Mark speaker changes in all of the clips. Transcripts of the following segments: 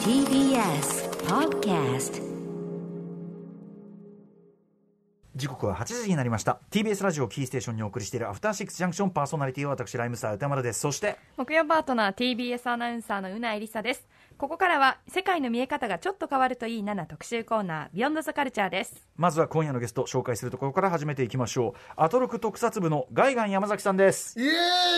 Speaker 1: TBS Podcast
Speaker 2: 時刻は8時になりました TBS ラジオキーステーションにお送りしているアフターシックスジャンクションパーソナリティは私ライムスター歌丸ですそして
Speaker 3: 木曜パートナー TBS アナウンサーのうなえりさですここからは世界の見え方がちょっと変わるといい7特集コーナービヨンドザカルチャーです
Speaker 2: まずは今夜のゲスト紹介するところから始めていきましょうアトロク特撮部のガイガン山崎さんです
Speaker 4: イエー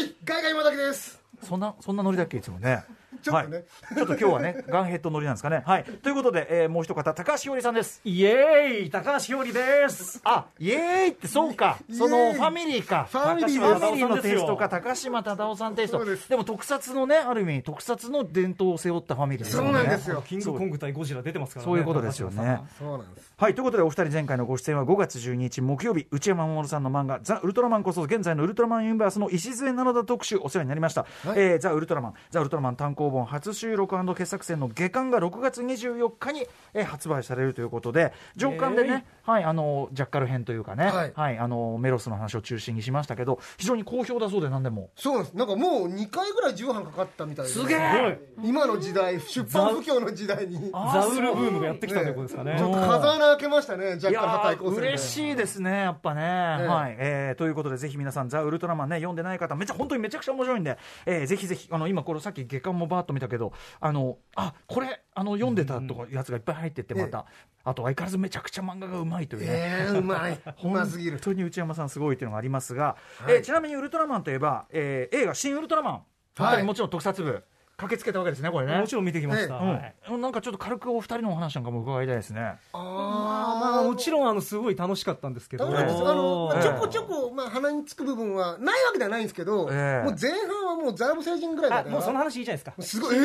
Speaker 4: イガイガイ今だけです
Speaker 2: そんなそんなノリだっけいつもね
Speaker 4: ちょっとね
Speaker 2: はい、ちょっと今日はねガンヘッドノリなんですかねはいということで、えーもう一方高橋ひよりさんです
Speaker 5: イエーイ高橋ひょうりです
Speaker 2: あイエーイってそうか
Speaker 4: イエーイ
Speaker 2: そのファミリーか
Speaker 4: ファミリー
Speaker 2: 高
Speaker 4: です
Speaker 2: 島忠夫さんのテイストか高島忠夫さんテイスト
Speaker 4: そう
Speaker 2: で
Speaker 4: です
Speaker 2: も特撮のねある意味特撮の伝統を背負ったファミリー
Speaker 4: そうなんですよ
Speaker 5: キングコング対ゴジラ出てますからね
Speaker 2: そういうことですよね。
Speaker 4: そうなんです
Speaker 2: はいということでお二人前回のご出演は5月12日木曜日内山守さんの漫画「ザ・ウルトラマン」こそ現在のウルトラマンユニバースの礎なのだ特集お世話になりました「
Speaker 4: はい
Speaker 2: えーザ・ウルトラマン」「ザ・ウルトラマン」単行本初収録傑作選の下巻が6月24日に、えー発売されるということで上巻でね、はい、あのジャッカル編というかね、は
Speaker 4: はいい
Speaker 2: あのメロスの話を中心にしましたけど非常に好評だそうで何でも。
Speaker 4: そうなんですなんかもう2回ぐらい重版かかったみたいです
Speaker 2: げ
Speaker 5: すごい
Speaker 2: え
Speaker 4: 今の時代出版不況の時代に
Speaker 2: あ
Speaker 5: ザウルブームがやってきたということですかね
Speaker 4: ちょっと風穴開けましたね若
Speaker 2: い
Speaker 4: 干
Speaker 2: や
Speaker 4: 破壊
Speaker 2: ー
Speaker 4: 構成で
Speaker 2: 嬉しいですね、やっぱね。
Speaker 4: え
Speaker 2: はいえーということで、ぜひ皆さん、ザ・ウルトラマンね、読んでない方、めちゃ本当にめちゃくちゃ面白いんで、えーぜひぜひ、あの今、これ、さっき下巻もバーっと見たけど、あのあこれ、あの読んでたとかやつがいっぱい入ってって、また、あと相変わらずめちゃくちゃ漫画がうまいというね。
Speaker 4: えーうま いうますぎる
Speaker 2: 本当に内山さんすごいっていうのがありますが、
Speaker 4: はい
Speaker 2: えーちなみにウルトラマンといえば、えー映画「新ウルトラマン」
Speaker 4: はい
Speaker 2: これもちろん特撮部駆けつけたわけですねこれね
Speaker 5: もちろん見てきました、
Speaker 4: ね
Speaker 5: はい
Speaker 2: うん、なんかちょっと軽くお二人のお話なんかも伺いたいですね
Speaker 4: あ
Speaker 5: まあもちろんあのすごい楽しかったんですけど
Speaker 4: 楽しいですあの、ま
Speaker 2: え
Speaker 4: あ
Speaker 2: え
Speaker 4: ちょこちょこ、まあ、鼻につく部分はないわけではないんですけど、
Speaker 2: ええ
Speaker 4: もう前半はもうザイブ星人ぐらいだ
Speaker 5: あ
Speaker 4: から
Speaker 5: もうその話いいじゃないですか
Speaker 4: すごいえ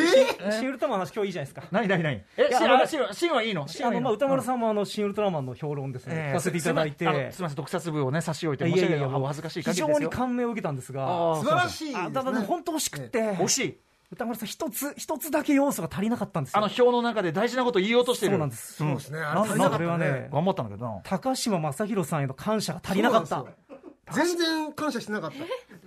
Speaker 4: え
Speaker 5: シンウルトラマンの話今日いいじゃないですか
Speaker 2: 何何何え
Speaker 5: いや
Speaker 2: シン
Speaker 5: あの
Speaker 2: あれシンシンはいいのシン
Speaker 5: あ
Speaker 2: はいいの
Speaker 5: のまあ歌丸さんもあのシンウルトラマンの評論ですね、
Speaker 2: えー
Speaker 5: させていただいて
Speaker 2: すみませんあのすみません特撮部をね差し置いて申し訳ないお恥ずかしい限り
Speaker 5: 非常
Speaker 2: です
Speaker 5: に
Speaker 2: よ
Speaker 5: 感銘を受けたんです
Speaker 2: あ
Speaker 5: が
Speaker 2: ー
Speaker 4: 素晴らしいです、
Speaker 5: あ
Speaker 4: ね、
Speaker 5: だからね本当惜しくって、
Speaker 2: 惜しい
Speaker 5: 歌丸さん一つ一つだけ要素が足りなかったんですよ
Speaker 2: あの表の中で大事なこと言い落としてる
Speaker 5: そうなんです
Speaker 4: そうですねあれ
Speaker 5: なん
Speaker 4: 足りなかっ
Speaker 5: それ
Speaker 4: た
Speaker 5: はね
Speaker 4: ね
Speaker 2: 頑張ったんだけどな
Speaker 5: 高島正宏さんへの感謝が足りなかっ
Speaker 4: そ
Speaker 5: た
Speaker 4: うなんですよ全然感謝してなかっ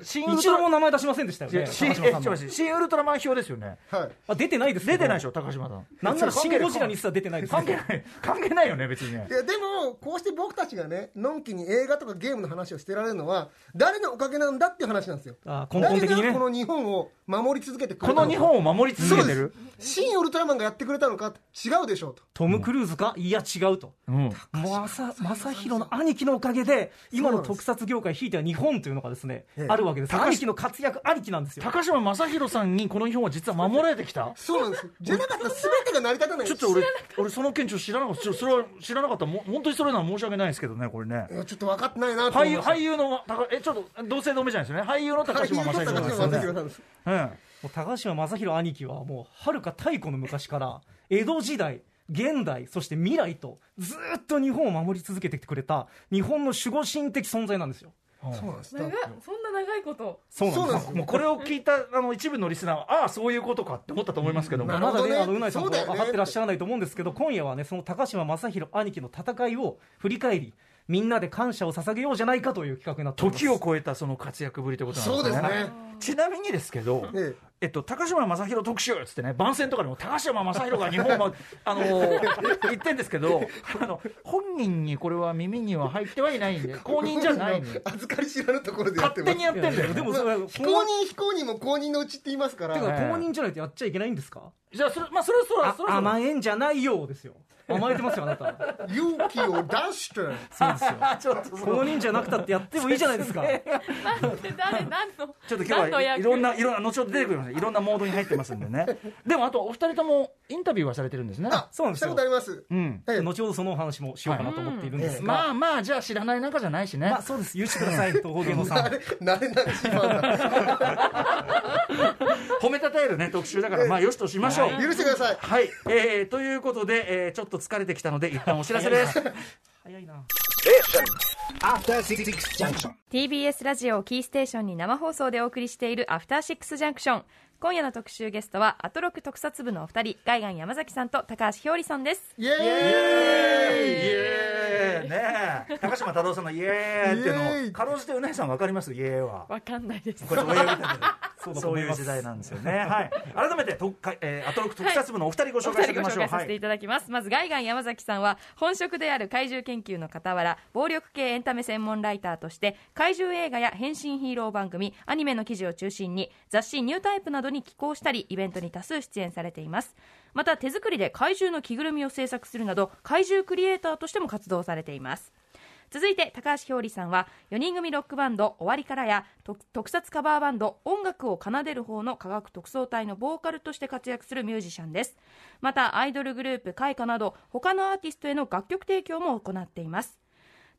Speaker 2: シンウル
Speaker 5: 一
Speaker 2: ト
Speaker 5: 度
Speaker 2: ラ
Speaker 5: も名前出しませんでしたよ
Speaker 2: い
Speaker 5: ね
Speaker 2: やシンえ
Speaker 5: 高
Speaker 2: ち
Speaker 5: 島
Speaker 2: ょっと待
Speaker 5: さんの
Speaker 2: ってシンウルトラマン表ですよね
Speaker 4: たはい
Speaker 5: あ出てないですけ
Speaker 2: 出
Speaker 5: ど
Speaker 2: てないでしょ高島さん
Speaker 5: なんならシン・ゴジラ
Speaker 2: 関係
Speaker 5: にすら出てないです
Speaker 2: 関係ない関係ないよね別にね
Speaker 4: いやでもこうして僕たちがねのんきに映画とかゲームの話をしてられるのは誰のおかげなんだっていう話なんですよ
Speaker 5: あー根本的にね
Speaker 4: 誰がこの日本を守り続けてくれ
Speaker 2: こ
Speaker 4: たのか
Speaker 2: の日本を守り続けてる
Speaker 4: そうです新ウルトラマンがやってくれたのか違うでしょうと
Speaker 5: トム・クルーズかいや違うと
Speaker 2: うん
Speaker 5: まさ正宏の兄貴のおかげで今の特撮業界ひいては日本というのがですねあるわけです
Speaker 2: 高橋
Speaker 5: 兄貴の活躍兄貴なんですよ
Speaker 2: 高島正宏さんにこの日本は実は守られてきた
Speaker 4: そうなんですよじゃなかったら全てが成り立たない
Speaker 2: ちょっと俺俺その件ちょっと知らなかったちょそれは知らなかったも本当にそれなら申し訳ないですけどねこれね
Speaker 4: いやちょっと分かってないなと思
Speaker 2: 俳
Speaker 4: い
Speaker 2: 優
Speaker 4: ました
Speaker 2: 俳優の高えちょっと同姓同名じゃないですよね俳優の高島正
Speaker 4: 俳
Speaker 2: 宏
Speaker 4: 優の
Speaker 2: ですよね
Speaker 4: 高島正宏さんです
Speaker 2: うん
Speaker 5: もう高島正宏兄貴はもうはるか太古の昔から江戸時代現代そして未来とずーっと日本を守り続けてくれた日本の守護神的存在なんですよ
Speaker 4: そうなんです
Speaker 3: そんな長いこと
Speaker 5: そうなん
Speaker 4: そう
Speaker 5: で
Speaker 4: なん
Speaker 5: す
Speaker 4: です
Speaker 2: もうこれを聞いたあの一部のリスナーはああそういうことかって思ったと思いますけども、
Speaker 4: なる
Speaker 5: ま
Speaker 4: ほど
Speaker 5: だ
Speaker 4: ね
Speaker 5: ね、あのうないさんも
Speaker 4: そうだよね
Speaker 5: 分かってらっしゃらないと思うんですけど、今夜はね、その高島正宏兄貴の戦いを振り返り、みんなで感謝を捧げようじゃないかという企画になっております。
Speaker 2: 時を超えたその活躍ぶりということなんです
Speaker 4: そ
Speaker 2: ね
Speaker 4: うですね
Speaker 2: ちなみにですけど、
Speaker 4: ええ
Speaker 2: えっと、高島正宏特集っつってね、番宣とかでも、高島正宏が日本 を、あのー言ってんですけど、あの、本人にこれは耳には入ってはいないんで、公認じゃないんで、
Speaker 4: 預かり知らぬところでやって
Speaker 2: 勝手
Speaker 4: ます
Speaker 2: にやってんだよね。
Speaker 5: で
Speaker 2: でも
Speaker 5: も、それは公
Speaker 4: 非公認非公認も公認のうちって言いますから
Speaker 5: てか、公
Speaker 2: ね
Speaker 5: 認じゃないとやっちゃいけないんですか
Speaker 2: じゃあ、それ、まあ、それはそうだ、
Speaker 5: あ
Speaker 2: それはそうだ
Speaker 5: 甘えんじゃないようですよ。甘えてますよ、あなた。
Speaker 4: 勇気を出して
Speaker 5: そうですよ。
Speaker 2: あちょっとそ
Speaker 5: 公
Speaker 2: の、
Speaker 5: 認じゃなくたってやってもいいじゃないですか。
Speaker 3: なんで誰何の
Speaker 2: ちょっと今日はいろんないろんな後ほど出てくるのでいろんなモードに入ってますんで ねでもあとお二人ともインタビューはされてるんですね
Speaker 4: あ
Speaker 5: そうなん
Speaker 4: し
Speaker 5: です
Speaker 4: た
Speaker 5: よ
Speaker 4: ことあります
Speaker 2: うん
Speaker 4: ええ
Speaker 5: 後ほどそのお話もしようかなと思っているんですが。
Speaker 2: まあまあじゃあ知らない中じゃないしね、
Speaker 5: まあ、 そうです。許してください、東方芸能さん。
Speaker 4: 慣れないしファンだ
Speaker 2: 褒めたたえるね特集だからまあよしとしましょう、
Speaker 4: 許してください
Speaker 2: はい、えー、ということで、えー、ちょっと疲れてきたので一旦お知らせ です
Speaker 5: 早いな。
Speaker 6: After Six Junction.
Speaker 3: TBS ラジオをキーステーションに生放送でお送りしているアフターシックスジャンクション今夜の特集ゲストはアトロク特撮部のお二人ガイガン山崎さんと高橋ひょうりさんです
Speaker 4: イエーイ
Speaker 2: イエーイねえ高島太郎さんのイエーイっていう
Speaker 4: イエー
Speaker 2: のを
Speaker 4: イ
Speaker 2: かろうじてうなぎさんわかりますイエーイは
Speaker 3: わかんないです
Speaker 2: これ親指立てて
Speaker 5: そうだと
Speaker 2: そう
Speaker 5: 思
Speaker 2: い
Speaker 5: いうま
Speaker 2: 時
Speaker 5: す
Speaker 2: 代なんですよね。はい。改めて、とっかえーアトロック特撮部のお二人ご
Speaker 3: お
Speaker 2: 紹
Speaker 3: 二
Speaker 2: 介して
Speaker 3: 人
Speaker 2: おき
Speaker 3: ご
Speaker 2: ま
Speaker 3: 紹
Speaker 2: しょう。
Speaker 3: 介さ
Speaker 2: は
Speaker 3: せてい
Speaker 2: い。
Speaker 3: ただきます、まずガイガン山崎さんは本職である怪獣研究の傍ら暴力系エンタメ専門ライターとして怪獣映画や変身ヒーロー番組アニメの記事を中心に雑誌「ニュータイプ」などに寄稿したりイベントに多数出演されていますまた手作りで怪獣の着ぐるみを制作するなど怪獣クリエイターとしても活動されています続いて高橋ひょうりさんは4人組ロックバンド「終わりからや」と特撮カバーバンド「音楽を奏でる方の科学特捜隊」のボーカルとして活躍するミュージシャンですまたアイドルグループ「開花」など他のアーティストへの楽曲提供も行っています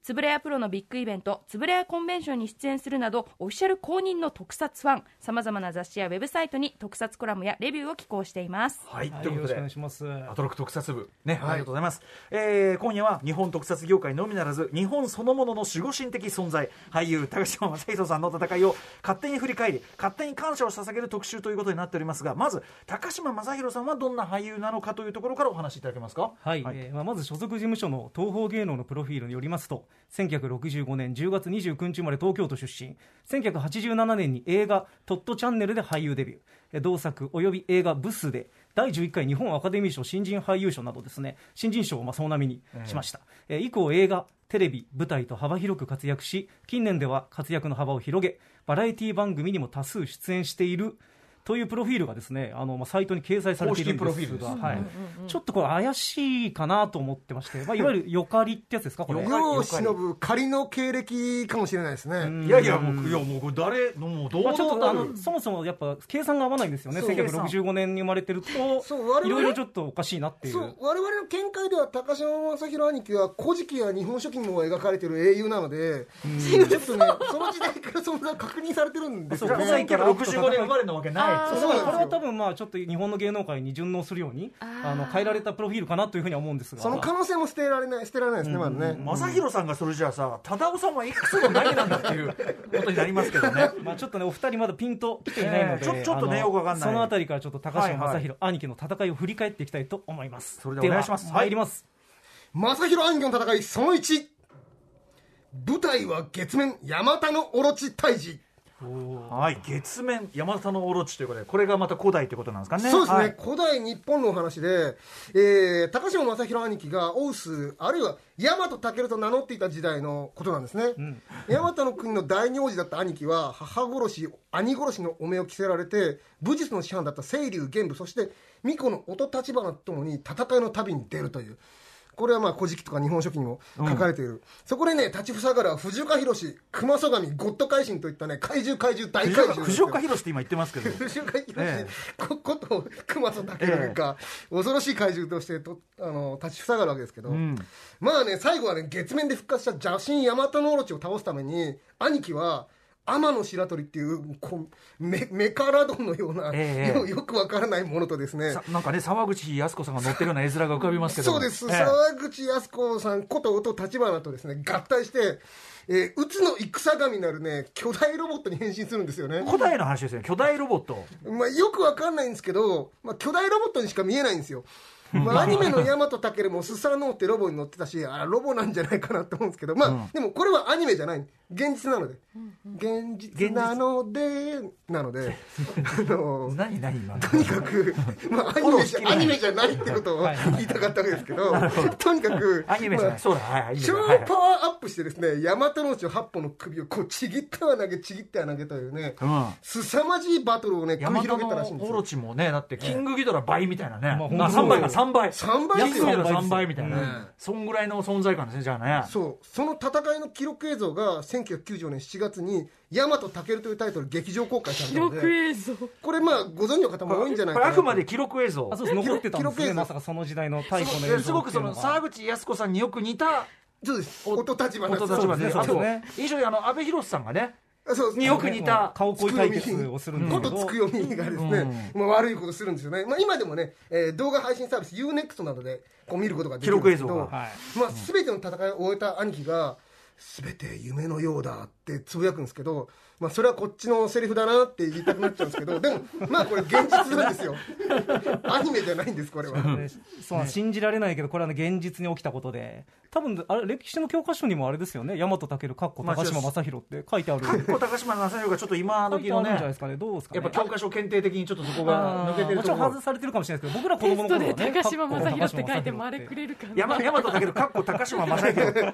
Speaker 3: つぶれやプロのビッグイベントつぶれやコンベンションに出演するなどオフィシャル公認の特撮ファンさまざまな雑誌やウェブサイトに特撮コラムやレビューを寄稿しています
Speaker 2: はい。
Speaker 5: はい
Speaker 2: という
Speaker 5: よ
Speaker 2: こと
Speaker 5: ろしく
Speaker 2: で
Speaker 5: お願い。します
Speaker 2: アトロック特撮部、ね、ありがとうございます、えー今夜は日本特撮業界のみならず日本そのものの守護神的存在俳優高島正宏さんの戦いを勝手に振り返り勝手に感謝を捧げる特集ということになっておりますがまず高島正宏さんはどんな俳優なのかというところからお話しいただけますか
Speaker 5: はい、えーまあ、まず所属事務所の東方芸能のプロフィールによりますと1965年10月29日生まれ東京都出身1987年に映画「トットチャンネル」で俳優デビューえー同作および映画「ブス」で第11回日本アカデミー賞新人俳優賞などですね新人賞をまあ総なみにしました、えー以降映画テレビ舞台と幅広く活躍し近年では活躍の幅を広げバラエティ番組にも多数出演しているというプロフィールがですねあの、まあ、サイトに掲載されているんですが
Speaker 2: 公式プロフィールですね
Speaker 5: はいちょっとこれ怪しいかなと思ってまして、まあ、いわゆるよかりってやつですかこれ
Speaker 2: よか
Speaker 4: 世を忍ぶ仮の経歴かもしれないですね。
Speaker 2: いやいやもういやもうこれ誰のもうどう
Speaker 5: まあ、ちょっとあ
Speaker 2: る
Speaker 5: のそもそもやっぱ計算が合わないんですよね、
Speaker 4: そう
Speaker 5: 1965年に生まれてると
Speaker 4: そう我々、
Speaker 5: いろいろちょっとおかしいなっていう、
Speaker 4: そう我々の見解では高島正宏兄貴は「古事記」や「日本書紀」にも描かれてる英雄なのでちょっとねその時代から存在確認されてるんですよね
Speaker 2: 1965年生まれなわけない
Speaker 5: そう
Speaker 4: そうなんですよ
Speaker 5: これは多分まあちょっと日本の芸能界に順応するようにあの変えられたプロフィールかなというふうには思うんですが、
Speaker 4: その可能性も捨てられない捨てられないですねまだね
Speaker 2: 正宏さんがそれじゃあさ忠夫さんはいくつの何なんだっていうことになりますけど ね
Speaker 5: まあ、ちょっとねお二人まだピンときていないので、
Speaker 2: ええちょちょっとね
Speaker 5: あの
Speaker 2: よくわかんない
Speaker 5: そのあたりからちょっと高
Speaker 2: は
Speaker 5: 島
Speaker 2: いはい
Speaker 5: 正宏兄貴の戦いを振り返っていきたいと思います
Speaker 2: それではお願いします
Speaker 5: では
Speaker 2: はい
Speaker 5: 入ります、
Speaker 4: 正宏兄貴の戦いその1舞台は月面ヤマタノオロチ退治
Speaker 2: はい、月面山田のオロチということでこれがまた古代ってことなんですかね
Speaker 4: そうですね、
Speaker 2: はい
Speaker 4: 古代日本のお話で、えー高島正宏兄貴がオウスあるいは大和武と名乗っていた時代のことなんですね、大和の国の大名字だった兄貴は母殺し兄殺しの汚名を着せられて武術の師範だった清流玄武そして巫女の音立花ともに戦いの旅に出るというこれはまあ古事記とか日本書紀にも書かれている、そこでね立ちふさがるは藤岡弘熊曽神ゴッド怪神といったね怪獣怪獣大怪獣なんです
Speaker 2: 藤
Speaker 4: よ
Speaker 2: 岡弘って今言ってますけ ど
Speaker 4: 藤岡 弘、
Speaker 2: え
Speaker 4: ここと熊と武尊が、恐ろしい怪獣としてとあの立ちふさがるわけですけど、まあね最後はね月面で復活した邪神ヤマタノオロチを倒すために兄貴は天の白鳥っていうこうメメカラドンのような、
Speaker 2: ええ
Speaker 4: よよくわからないものとですね
Speaker 2: さなんかね沢口靖子さんが乗ってるような絵面が浮かびますけど
Speaker 4: そうです、
Speaker 2: ええ
Speaker 4: 沢口靖子さんこと音立花とですね合体して、えー、うつの戦神なるね巨大ロボットに変身するんですよね
Speaker 2: 古代の話ですよね巨大ロボット
Speaker 4: まあ、よくわかんないんですけど、まあ、巨大ロボットにしか見えないんで すよ。まあ、アニメの大和武尊もスサノオってロボに乗ってたしあロボなんじゃないかなと思うんですけど、まあでもこれはアニメじゃない現実なので、現実なのでな のであの
Speaker 2: 何何今の
Speaker 4: とにかく、まあ、アニメじゃアニメじゃないってことを言いたかったわけですけどとにかく
Speaker 2: アニメじゃない、
Speaker 4: まあ
Speaker 2: そうだはいアニメじ
Speaker 4: 超
Speaker 2: ゃな
Speaker 4: パワ
Speaker 2: いはい
Speaker 4: ー
Speaker 2: はい
Speaker 4: アップしてですね、ヤマタノオチの8本の首をこうちぎっては投げ、ちぎっては投げというね、
Speaker 2: うん
Speaker 4: 凄まじいバトルをね、繰り
Speaker 2: 山田
Speaker 4: 広げたらしいん
Speaker 2: の
Speaker 4: です
Speaker 2: オ
Speaker 4: よ
Speaker 2: ロ。チもねだってキングギドラ倍みたいなね、
Speaker 5: まあ
Speaker 2: あ、3倍か3倍
Speaker 4: 3倍で
Speaker 2: キ
Speaker 4: す
Speaker 2: ング
Speaker 4: よ
Speaker 2: ギドラ3倍みたいな、
Speaker 4: うん
Speaker 2: そんぐらいの存在感ですねじゃあね
Speaker 4: そう、その戦いの記録映像が1994年7月に、ヤマトタケルというタイトル劇場公開されたので、
Speaker 3: 映像
Speaker 4: これまあ、ご存知の方も多いんじゃない
Speaker 2: これ
Speaker 4: かな
Speaker 2: あ
Speaker 4: と
Speaker 2: くまで記録映像
Speaker 5: あそうです残ってたんです
Speaker 4: 記録映
Speaker 5: ね
Speaker 4: 像
Speaker 5: まさかその時代の太古の映像っていう
Speaker 2: す
Speaker 5: のが
Speaker 2: すごくその沢口靖子さんによく似た
Speaker 4: そうです。音立場
Speaker 2: 音立場で、
Speaker 5: そう
Speaker 2: あ
Speaker 5: です
Speaker 2: と
Speaker 5: ね、
Speaker 2: 印象にあの、安倍博さんがね、
Speaker 4: そうです
Speaker 2: によく似た
Speaker 5: 顔恋対決をするんです
Speaker 4: こ
Speaker 5: けど
Speaker 4: とつくよみがですね、まあ、悪いことするんですよね、まあ、今でもね、えー動画配信サービス UNEXT などでこう見ることができるんですけ
Speaker 2: 記
Speaker 4: ど
Speaker 2: 録映像が
Speaker 5: はい
Speaker 4: まあ、全ての戦いを終えた兄貴が「全て夢のようだ」ってつぶやくんですけどまあ、それはこっちのセリフだなって言いたくなっちゃうんですけどでもまあこれ現実なんですよ アニメじゃないんですこれは
Speaker 5: でそう信じられないけど、これは、ね、現実に起きたことで、多分あれ歴史の教科書にもあれですよね、大和武尊、かっこ高島正宏って書いてある、
Speaker 2: 結構高島正宏がちょっと今
Speaker 5: 書い
Speaker 2: 時
Speaker 5: て
Speaker 2: の
Speaker 5: あるんじ
Speaker 2: ね
Speaker 5: ゃないですかね、どうですか
Speaker 2: や
Speaker 5: ね。
Speaker 2: っぱ教科書検定的にちょっとそこ
Speaker 5: あ
Speaker 2: が抜け
Speaker 5: ー
Speaker 2: てる
Speaker 5: も
Speaker 2: と
Speaker 5: ち
Speaker 2: こ
Speaker 5: ろん
Speaker 2: ろ
Speaker 5: 外されてるかもしれないですけど、僕ら子
Speaker 3: テ
Speaker 5: 供
Speaker 3: ス
Speaker 5: の頃
Speaker 3: ト
Speaker 5: は
Speaker 3: で
Speaker 5: ね、
Speaker 3: 高島正宏って書いても
Speaker 5: も
Speaker 3: あれくれるかな
Speaker 2: 山山とだけど、かっこ高島正 宏。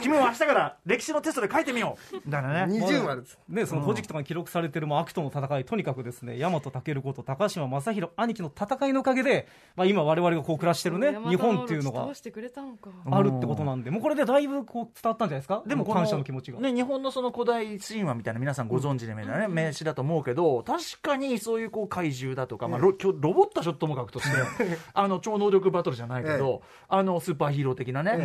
Speaker 2: 君も明日から歴史のテストで書いてみよう。みたいなね。
Speaker 4: 二重丸です
Speaker 5: ね、その古事記とかに記録されてるもう悪との戦い、とにかくですね、大和武こと高島正宏兄貴の戦いのおかげで、まあ、今、我々がこう暮らしてるね、日本っていうのが
Speaker 3: どうしてくれたのか
Speaker 5: あるってことなんで、もうこれでだいぶこう伝わったんじゃないですか、
Speaker 2: でもこ
Speaker 5: 感謝の気持ちが。
Speaker 2: ね、日本のその古代神話みたいな皆さんご存知でね、名詞だと思うけど確かにそういうこう怪獣だとか、まあ、ロロボットはちょっともか くとしてあの超能力バトルじゃないけど、あのスーパーヒーロー的なね、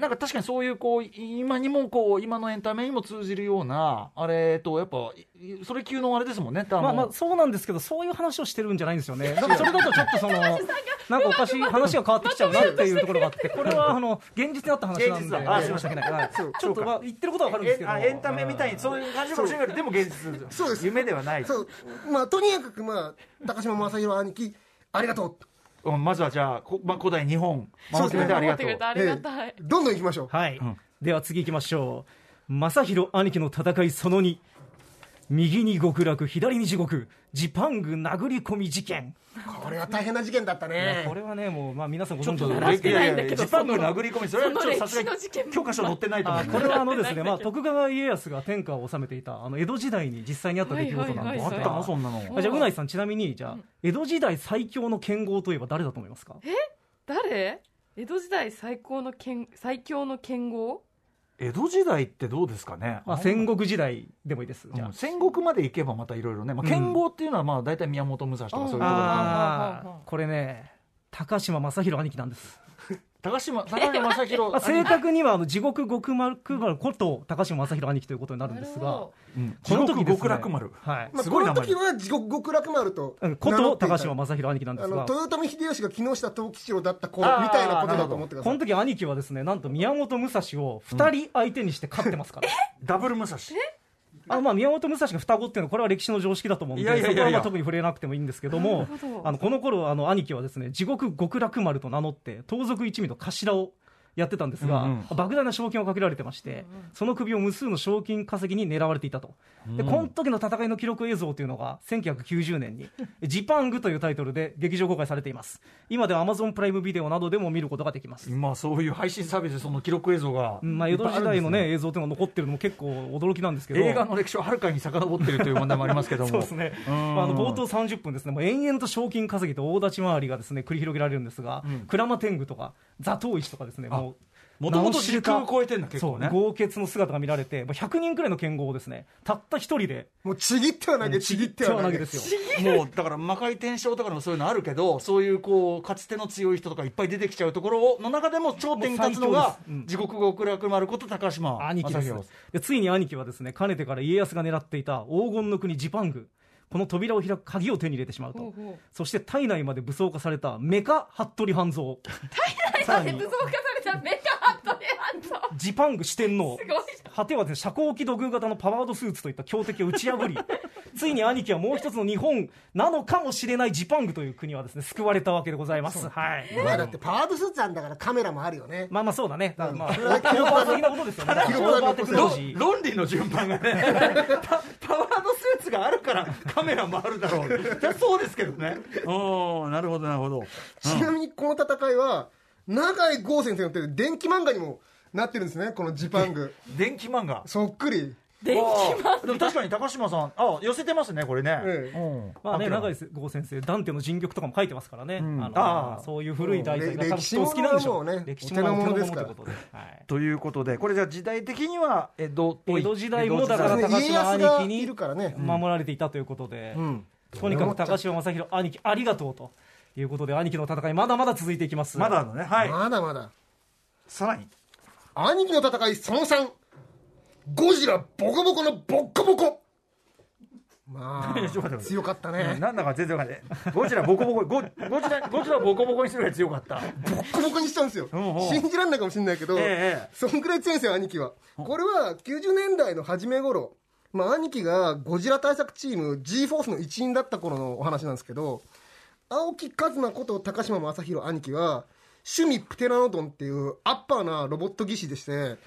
Speaker 2: なんか確かにそういうこう今にもこう今のエンタメにも通じるようなあれとやっぱいそれ級のあれですもんね多分、
Speaker 5: まあまあそうなんですけど、そういう話をしてるんじゃないんですよね。なんかそれだとちょっとその、なんかおかしい話が変わってきちゃうなっていうところがあって、これはあの、現実にあった話なん
Speaker 2: 現
Speaker 5: で、
Speaker 2: 実だあ
Speaker 5: ええ
Speaker 2: すいません
Speaker 5: 申し訳ないはいちょっとまあ言ってることはわかるんですけど。
Speaker 2: えあエンタメみたいにそういう感じかもしれないけどでも現実
Speaker 4: そうです
Speaker 2: 夢ではない
Speaker 4: そうまあとにかくまあ高島正宏兄貴ありがとう
Speaker 2: うんまずはじゃあ、こまあ、古代日本守ってくれてあり
Speaker 3: 守っ
Speaker 2: が
Speaker 3: て
Speaker 2: と
Speaker 3: く
Speaker 2: う
Speaker 3: れたありがたい
Speaker 4: ええどんどん行きましょう
Speaker 5: はい、
Speaker 2: ん
Speaker 5: では次行きましょう正弘兄貴の戦いその2右に極楽左に地獄ジパング殴り込み事件、
Speaker 4: これは大変な事件だったね
Speaker 5: これはねもう、まあ、皆さんご存知
Speaker 2: い
Speaker 5: の
Speaker 2: や
Speaker 5: 通
Speaker 2: い
Speaker 5: り
Speaker 2: や
Speaker 3: ないんだけど
Speaker 2: ジパングの殴り込みそれはちょっとさす
Speaker 3: そ
Speaker 2: が
Speaker 3: の歴史の事件
Speaker 2: に教科書載ってないと思
Speaker 5: あ
Speaker 2: う
Speaker 5: これはあのですね、まあ、徳川家康が天下を治めていたあの江戸時代に実際にあった出来事なんですが、
Speaker 2: あっ
Speaker 3: はいはいはい
Speaker 2: たのそんなの
Speaker 5: あじゃあうないさんちなみにじゃあ江戸時代最強の剣豪といえば誰だと思いますか
Speaker 3: 誰江戸時代最高の剣最強の剣豪
Speaker 2: 江戸時代ってどうですかね
Speaker 5: まあ、戦国時代でもいいですじゃあ、
Speaker 2: うん戦国まで行けばまたいろいろね、まあ、剣豪っていうのはまあ大体宮本武蔵とかそういうところが
Speaker 5: あーこれね高島正宏兄貴なんです
Speaker 2: 高島高島正
Speaker 5: まあ、
Speaker 2: 宏
Speaker 5: 正確にはあの地獄極楽丸こと高島正宏兄貴ということになるんですが、
Speaker 2: うん
Speaker 5: この時ですね
Speaker 2: 極楽丸
Speaker 5: はい
Speaker 4: まあ、
Speaker 2: すご
Speaker 4: こ
Speaker 2: い
Speaker 4: の
Speaker 2: 名前
Speaker 4: 時は地獄極楽丸と
Speaker 5: うん、こ
Speaker 4: 名乗
Speaker 5: と
Speaker 4: ってい
Speaker 5: 高
Speaker 4: た
Speaker 5: 島正宏兄貴なんで
Speaker 4: あ
Speaker 5: す
Speaker 4: の
Speaker 5: が、
Speaker 4: 豊臣秀吉が木下藤吉郎だった頃
Speaker 2: あー
Speaker 4: みたいなことだと思ってくださ
Speaker 5: この
Speaker 4: い
Speaker 5: 時兄貴はですねなんと宮本武蔵を2人相手にして勝ってますから、
Speaker 2: ダブル武蔵
Speaker 5: あまあ、宮本武蔵が双子っていうのはこれは歴史の常識だと思うんで
Speaker 2: いやいやいやいや
Speaker 5: そこはまあ特に触れなくてもいいんですけども
Speaker 3: なるほど
Speaker 5: あのこの頃あの兄貴はですね地獄極楽丸と名乗って盗賊一味の頭をやってたんですが、
Speaker 2: うんうん
Speaker 5: 莫大な賞金をかけられてまして、その首を無数の賞金稼ぎに狙われていたと、で
Speaker 2: うん
Speaker 5: この時の戦いの記録映像というのが1990年に「ジパング」というタイトルで劇場公開されています今では Amazon プライムビデオなどでも見ることができます
Speaker 2: まあそういう配信サービスでその記録映像が
Speaker 5: うんまあ、江戸時代の、ね、映像というのが残ってるのも結構驚きなんですけど
Speaker 2: 映画の歴史をはるかに遡ってるという問題もありますけども
Speaker 5: そうですね、
Speaker 2: うん
Speaker 5: まあ、あの冒頭30分ですね、もう延々と賞金稼ぎと大立ち回りがですね繰り広げられるんですが、鞍馬天狗とか、座頭市とかですね、
Speaker 2: あ
Speaker 5: もう、
Speaker 2: もともと
Speaker 5: 名を知れ
Speaker 2: 時
Speaker 5: た
Speaker 2: 空を超えてんだ結構ね
Speaker 5: そう豪傑の姿が見られて、もう100人くらいの剣豪をですねたった一人で、
Speaker 4: もうちぎっては投げ、ちぎっては投げ
Speaker 5: ですよ。
Speaker 2: もうだから魔界転生とかでもそういうのあるけどそういうこうかつての強い人とかいっぱい出てきちゃうところをの中でも頂点に立つの
Speaker 5: もう
Speaker 2: が
Speaker 5: 最強ですうん
Speaker 2: 地獄が極楽丸こと高島
Speaker 5: 兄貴です
Speaker 2: 正宏
Speaker 5: でついに兄貴はですねかねてから家康が狙っていた黄金の国ジパングこの扉を開く鍵を手に入れてしまうと
Speaker 3: ほうほう
Speaker 5: そして体内まで武装化されたメカ服部半蔵
Speaker 3: なんで武装化されたメカハットでハット
Speaker 5: ジパング四天王
Speaker 3: すごい
Speaker 5: 果てはですね遮光器土偶型のパワードスーツといった強敵を打ち 破りついに兄貴はもう一つの日本なのかもしれないジパングという国はですね救われたわけでございます、はい、
Speaker 4: まあだってパワードスーツなんだからカメラもあるよね
Speaker 5: まあまあそうだねだからまあ
Speaker 4: それは
Speaker 5: オーバー的なこ とですよね
Speaker 4: 記録は
Speaker 5: オーバーテクノロジー
Speaker 2: ろ論理の順番がねパパワードスーツがあるからカメラもあるだろうそりゃそうですけどねおーなるほどなるほど
Speaker 4: ちなみにこの戦いは永井豪先生の手で電気漫画にもなってるんですねこのジパング
Speaker 2: 電気漫画
Speaker 4: そっくり
Speaker 3: 電気マン
Speaker 2: あーでも確かに高島さんあ寄せてますねこれね、
Speaker 4: ええ
Speaker 2: うん
Speaker 5: まあね、
Speaker 2: 合ってる
Speaker 5: 永井剛先生、ダンテの人曲とかも書いてますからね、
Speaker 2: ん
Speaker 5: あの
Speaker 2: ああ
Speaker 5: そういう古い題材が
Speaker 4: もう
Speaker 5: 多分きっとお好きなんでしょう、
Speaker 4: 歴
Speaker 5: 歴
Speaker 4: 史も
Speaker 5: 史も
Speaker 4: のは
Speaker 5: の
Speaker 4: も
Speaker 5: も
Speaker 4: うね
Speaker 5: の
Speaker 4: お手の物
Speaker 5: と
Speaker 4: ですか
Speaker 5: いう
Speaker 4: ら
Speaker 5: ことで、はい、
Speaker 2: ということでこれじゃあ時代的には江戸っぽい
Speaker 5: 江戸時代もだか
Speaker 4: そうです
Speaker 5: ら高
Speaker 4: ね家
Speaker 5: 島
Speaker 4: 康
Speaker 5: 兄
Speaker 4: が
Speaker 5: 貴
Speaker 4: いる
Speaker 5: に
Speaker 4: からね
Speaker 5: 守られていたということで、
Speaker 4: うん
Speaker 5: とにかく高島正宏、兄貴、ありがとうということで、兄貴の戦い、まだまだ続いていきます。
Speaker 2: まだあるのねはい
Speaker 4: まだまだ
Speaker 2: さらに
Speaker 4: 兄貴の戦いその3ゴジラボコボコのボッコボコま
Speaker 2: いや ちょっと待っ
Speaker 4: あ
Speaker 2: て
Speaker 4: 強かった
Speaker 2: うん
Speaker 4: ね
Speaker 2: なんだか全然わかんない。ゴジラボコボコ、ゴゴジラ、ゴジラボコボコにするぐらい強かった。
Speaker 4: ボッコボコにしたんですよ
Speaker 2: うんうん
Speaker 4: 信じられないかもしれないけ
Speaker 2: え
Speaker 4: ど
Speaker 2: えええ
Speaker 4: そんくらい強いんですよ兄貴はこれは90年代の初め頃まあ、兄貴がゴジラ対策チーム G-FORCE の一員だった頃のお話なんですけど青木和馬こと高島正宏兄貴は趣味プテラノドンっていうアッパーなロボット技師でして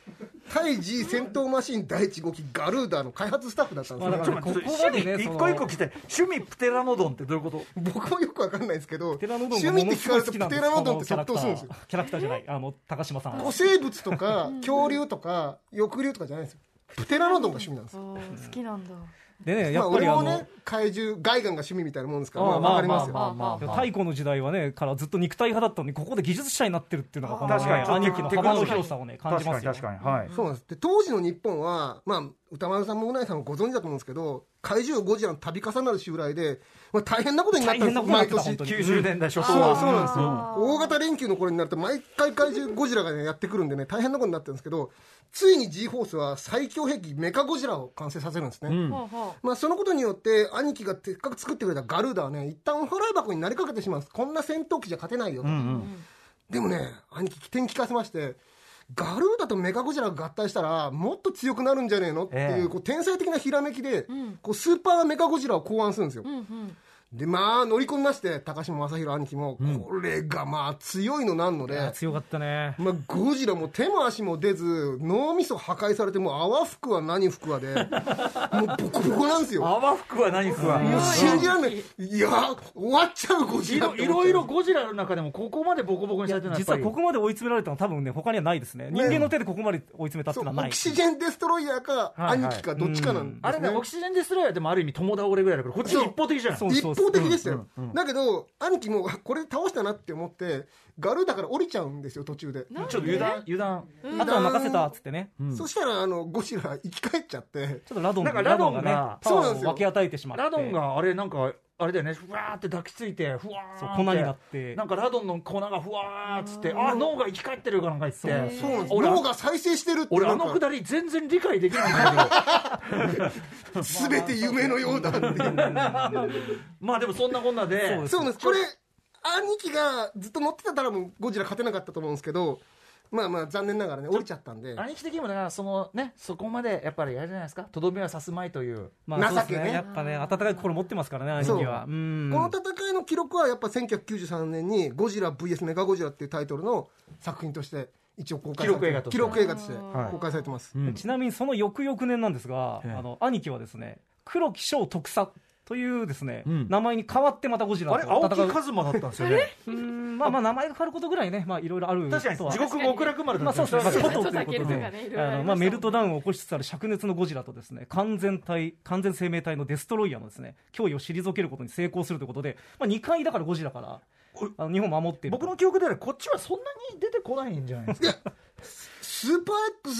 Speaker 4: 対 G 戦闘マシン第1号機ガルーダの開発スタッフだったんですよ
Speaker 5: だからここまで
Speaker 2: 趣
Speaker 5: ね
Speaker 2: 味一
Speaker 5: その
Speaker 2: 個一個来て趣味プテラノドンってどういうこと
Speaker 4: 僕もよくわかんないですけど
Speaker 5: テラノドン
Speaker 4: 趣
Speaker 5: が
Speaker 4: 味
Speaker 5: も
Speaker 4: って
Speaker 5: の
Speaker 4: 聞
Speaker 5: す
Speaker 4: か
Speaker 5: ご
Speaker 4: れる
Speaker 5: い
Speaker 4: と
Speaker 5: 好き
Speaker 4: プ
Speaker 5: なん
Speaker 4: テ
Speaker 5: です
Speaker 4: ラノドンっ
Speaker 5: この
Speaker 4: て
Speaker 5: キ
Speaker 4: 格
Speaker 5: ャラク
Speaker 4: 闘
Speaker 5: タ
Speaker 4: するんです
Speaker 5: ー
Speaker 4: よ
Speaker 5: キャラクターじゃないあの高島さん
Speaker 4: 古生物とか恐竜とか翼竜とかじゃないんですよプテラノドンが趣味なんですよ
Speaker 3: 好きなんだ
Speaker 5: でね
Speaker 4: ま
Speaker 5: や
Speaker 4: あ
Speaker 5: っぱり
Speaker 4: 俺
Speaker 5: あ
Speaker 4: も
Speaker 5: の、
Speaker 4: ね怪獣外眼が趣味みたいなもんですから
Speaker 5: あ
Speaker 4: ま
Speaker 5: あ
Speaker 4: あわかります
Speaker 5: ま
Speaker 4: よ
Speaker 5: あ太古の時代はねからずっと肉体派だったのにここで技術者になってるっていうのがこの、ね、
Speaker 2: 確かにちょっと
Speaker 5: 兄貴の
Speaker 2: テクノ
Speaker 5: 幅
Speaker 2: ロジ
Speaker 5: の
Speaker 2: ー
Speaker 5: 広さをね感
Speaker 2: 確
Speaker 5: じ
Speaker 2: か
Speaker 5: ま
Speaker 2: に
Speaker 5: すよ
Speaker 2: 確かにはい
Speaker 4: そうなんですで当時の日本は、まあ、歌丸さんもうないさんもご存知だと思うんですけど怪獣ゴジラの度重なる襲来で、まあ、大変なことになったんですよ
Speaker 5: 大変な
Speaker 4: 毎
Speaker 5: ことになった
Speaker 4: 年
Speaker 5: 本当
Speaker 2: 90
Speaker 5: に
Speaker 2: 年代初頭
Speaker 4: そう
Speaker 2: は
Speaker 4: そうなんです
Speaker 2: うん
Speaker 4: よ大型連休の頃になると毎回怪獣ゴジラが、ね、やってくるんでね大変なことになってるんですけどついに G ホースは最強兵器メカゴジラを完成させるんですね、
Speaker 3: ほうほ
Speaker 4: まあ、そのことによって兄貴がせっかく作ってくれたガルーダはね一旦お払い箱になりかけてしまうんですこんな戦闘機じゃ勝てないよと、でもね兄貴起点聞かせましてガルーダとメカゴジラが合体したらもっと強くなるんじゃねえのっていう,、
Speaker 2: ええ
Speaker 4: こう天才的なひらめきで、こうスーパーメカゴジラを考案するんですよ、
Speaker 3: ううんうん
Speaker 4: でまあ乗り込みまして高島正宏兄貴も、これがまあ強いのなんので、
Speaker 5: いや強かったね
Speaker 4: まあ、ゴジラも手も足も出ず脳みそ破壊されてもう泡吹くわ何吹くわでもうボコボコなんですよ
Speaker 2: 泡服は何服は
Speaker 4: もう信じられない。いや、終わっちゃう、ゴジ
Speaker 2: い
Speaker 4: ラ
Speaker 2: ろ
Speaker 4: って
Speaker 2: い
Speaker 4: 思っ
Speaker 2: ろ
Speaker 4: ちゃう
Speaker 2: いろゴジラの中でもここまでボコボコにされてるのはやっ
Speaker 5: 実
Speaker 2: ぱ
Speaker 5: は
Speaker 2: り
Speaker 5: ここまで追い詰められたのは多分ね他にはないですね人間の手でここまで追い詰めたって
Speaker 4: そ
Speaker 5: いう
Speaker 4: う
Speaker 5: のはな
Speaker 4: オ
Speaker 5: い
Speaker 4: キシジェンデストロイヤーか、
Speaker 2: はいはい
Speaker 4: 兄貴か、どっちかなん
Speaker 2: あ
Speaker 4: で
Speaker 2: れ
Speaker 4: す
Speaker 2: ね
Speaker 4: ね。
Speaker 2: オキシジェンデストロイヤーでもある意味友倒れぐらいだからこっち
Speaker 4: そう
Speaker 2: 一方的じゃない
Speaker 5: そう
Speaker 4: 一方的でしたよ
Speaker 2: うんうんうん。
Speaker 4: だけど、兄貴もあこれ倒したなって思って、ガルーダから降りちゃうんですよ、途中で。
Speaker 2: ちょっと油断油断
Speaker 5: あとは任せたっつってね
Speaker 2: うん
Speaker 4: そしたら、あの、ゴジラ生き返っちゃって、
Speaker 5: ちょっとラドン
Speaker 2: なんかラドンが
Speaker 5: パ
Speaker 4: そ
Speaker 5: ワ
Speaker 4: うなん
Speaker 5: ー
Speaker 4: で
Speaker 5: を
Speaker 4: すよ
Speaker 5: 分け与えてしまって
Speaker 2: ラドンがあれなんかあれだよねふわーって抱きついてふわーって
Speaker 5: そう粉になって
Speaker 2: なんかラドンの粉がふわーっつってあ脳が生き返ってるかなんか言って
Speaker 4: そうなんです
Speaker 2: 俺
Speaker 4: 脳が再生してるって、
Speaker 2: 俺
Speaker 4: な
Speaker 2: あ
Speaker 4: ん
Speaker 2: の
Speaker 4: か
Speaker 2: くだり全然理解できないんだ
Speaker 4: 全て夢のよ うだっていう。
Speaker 2: けどまあでもそんなこんなで
Speaker 5: そうです
Speaker 4: そうなんです。これ、兄貴がずっと乗ってたらもうゴジラ勝てなかったと思うんですけど、まあまあ残念ながらね、降りちゃったんで。
Speaker 2: 兄貴的にもだからそのねそこまでやっぱりやるじゃないですかとどめはさすまいという
Speaker 5: まあ、そうです
Speaker 4: 情けね
Speaker 5: ねやっぱね温かい心持ってますからね兄貴は
Speaker 4: そうこ
Speaker 5: ん
Speaker 4: の戦いの記録はやっぱ1993年に「ゴジラ VS メガゴジラ」っていうタイトルの作品として一応公開されて
Speaker 2: 記録映画として
Speaker 4: 記録映画として
Speaker 2: はい
Speaker 4: 公開されてます、
Speaker 2: うん
Speaker 5: ちなみにその翌々年なんですが、
Speaker 2: ええ
Speaker 5: あの兄貴はですね黒木翔特佐というですね、
Speaker 2: うん
Speaker 5: 名前に変わってまたゴジラ
Speaker 2: あれ青
Speaker 5: と
Speaker 2: 木
Speaker 5: 戦う
Speaker 2: 一馬だったんですよね
Speaker 5: うーんまあまあ名前が変わることぐらいねまあいろいろあ る
Speaker 2: 確かに
Speaker 5: とは
Speaker 2: 地獄極楽丸
Speaker 5: ま
Speaker 2: だ
Speaker 5: あ
Speaker 2: った
Speaker 5: そ
Speaker 2: ん
Speaker 5: うですね、まあ、
Speaker 2: よ
Speaker 5: 外と
Speaker 3: 外
Speaker 5: いうこ
Speaker 3: 避ける
Speaker 5: と
Speaker 3: とか
Speaker 5: で
Speaker 3: ねいろいろありましたもんね
Speaker 5: あのまあメルトダウンを起こしつつある灼熱のゴジラとですね完全体完全生命体のデストロイヤーのですね脅威を退けることに成功するということで、まあ、2回だからゴジラからあの日本を守っている
Speaker 2: 僕の記憶ではこっちはそんなに出てこないんじゃないですか
Speaker 4: スーパー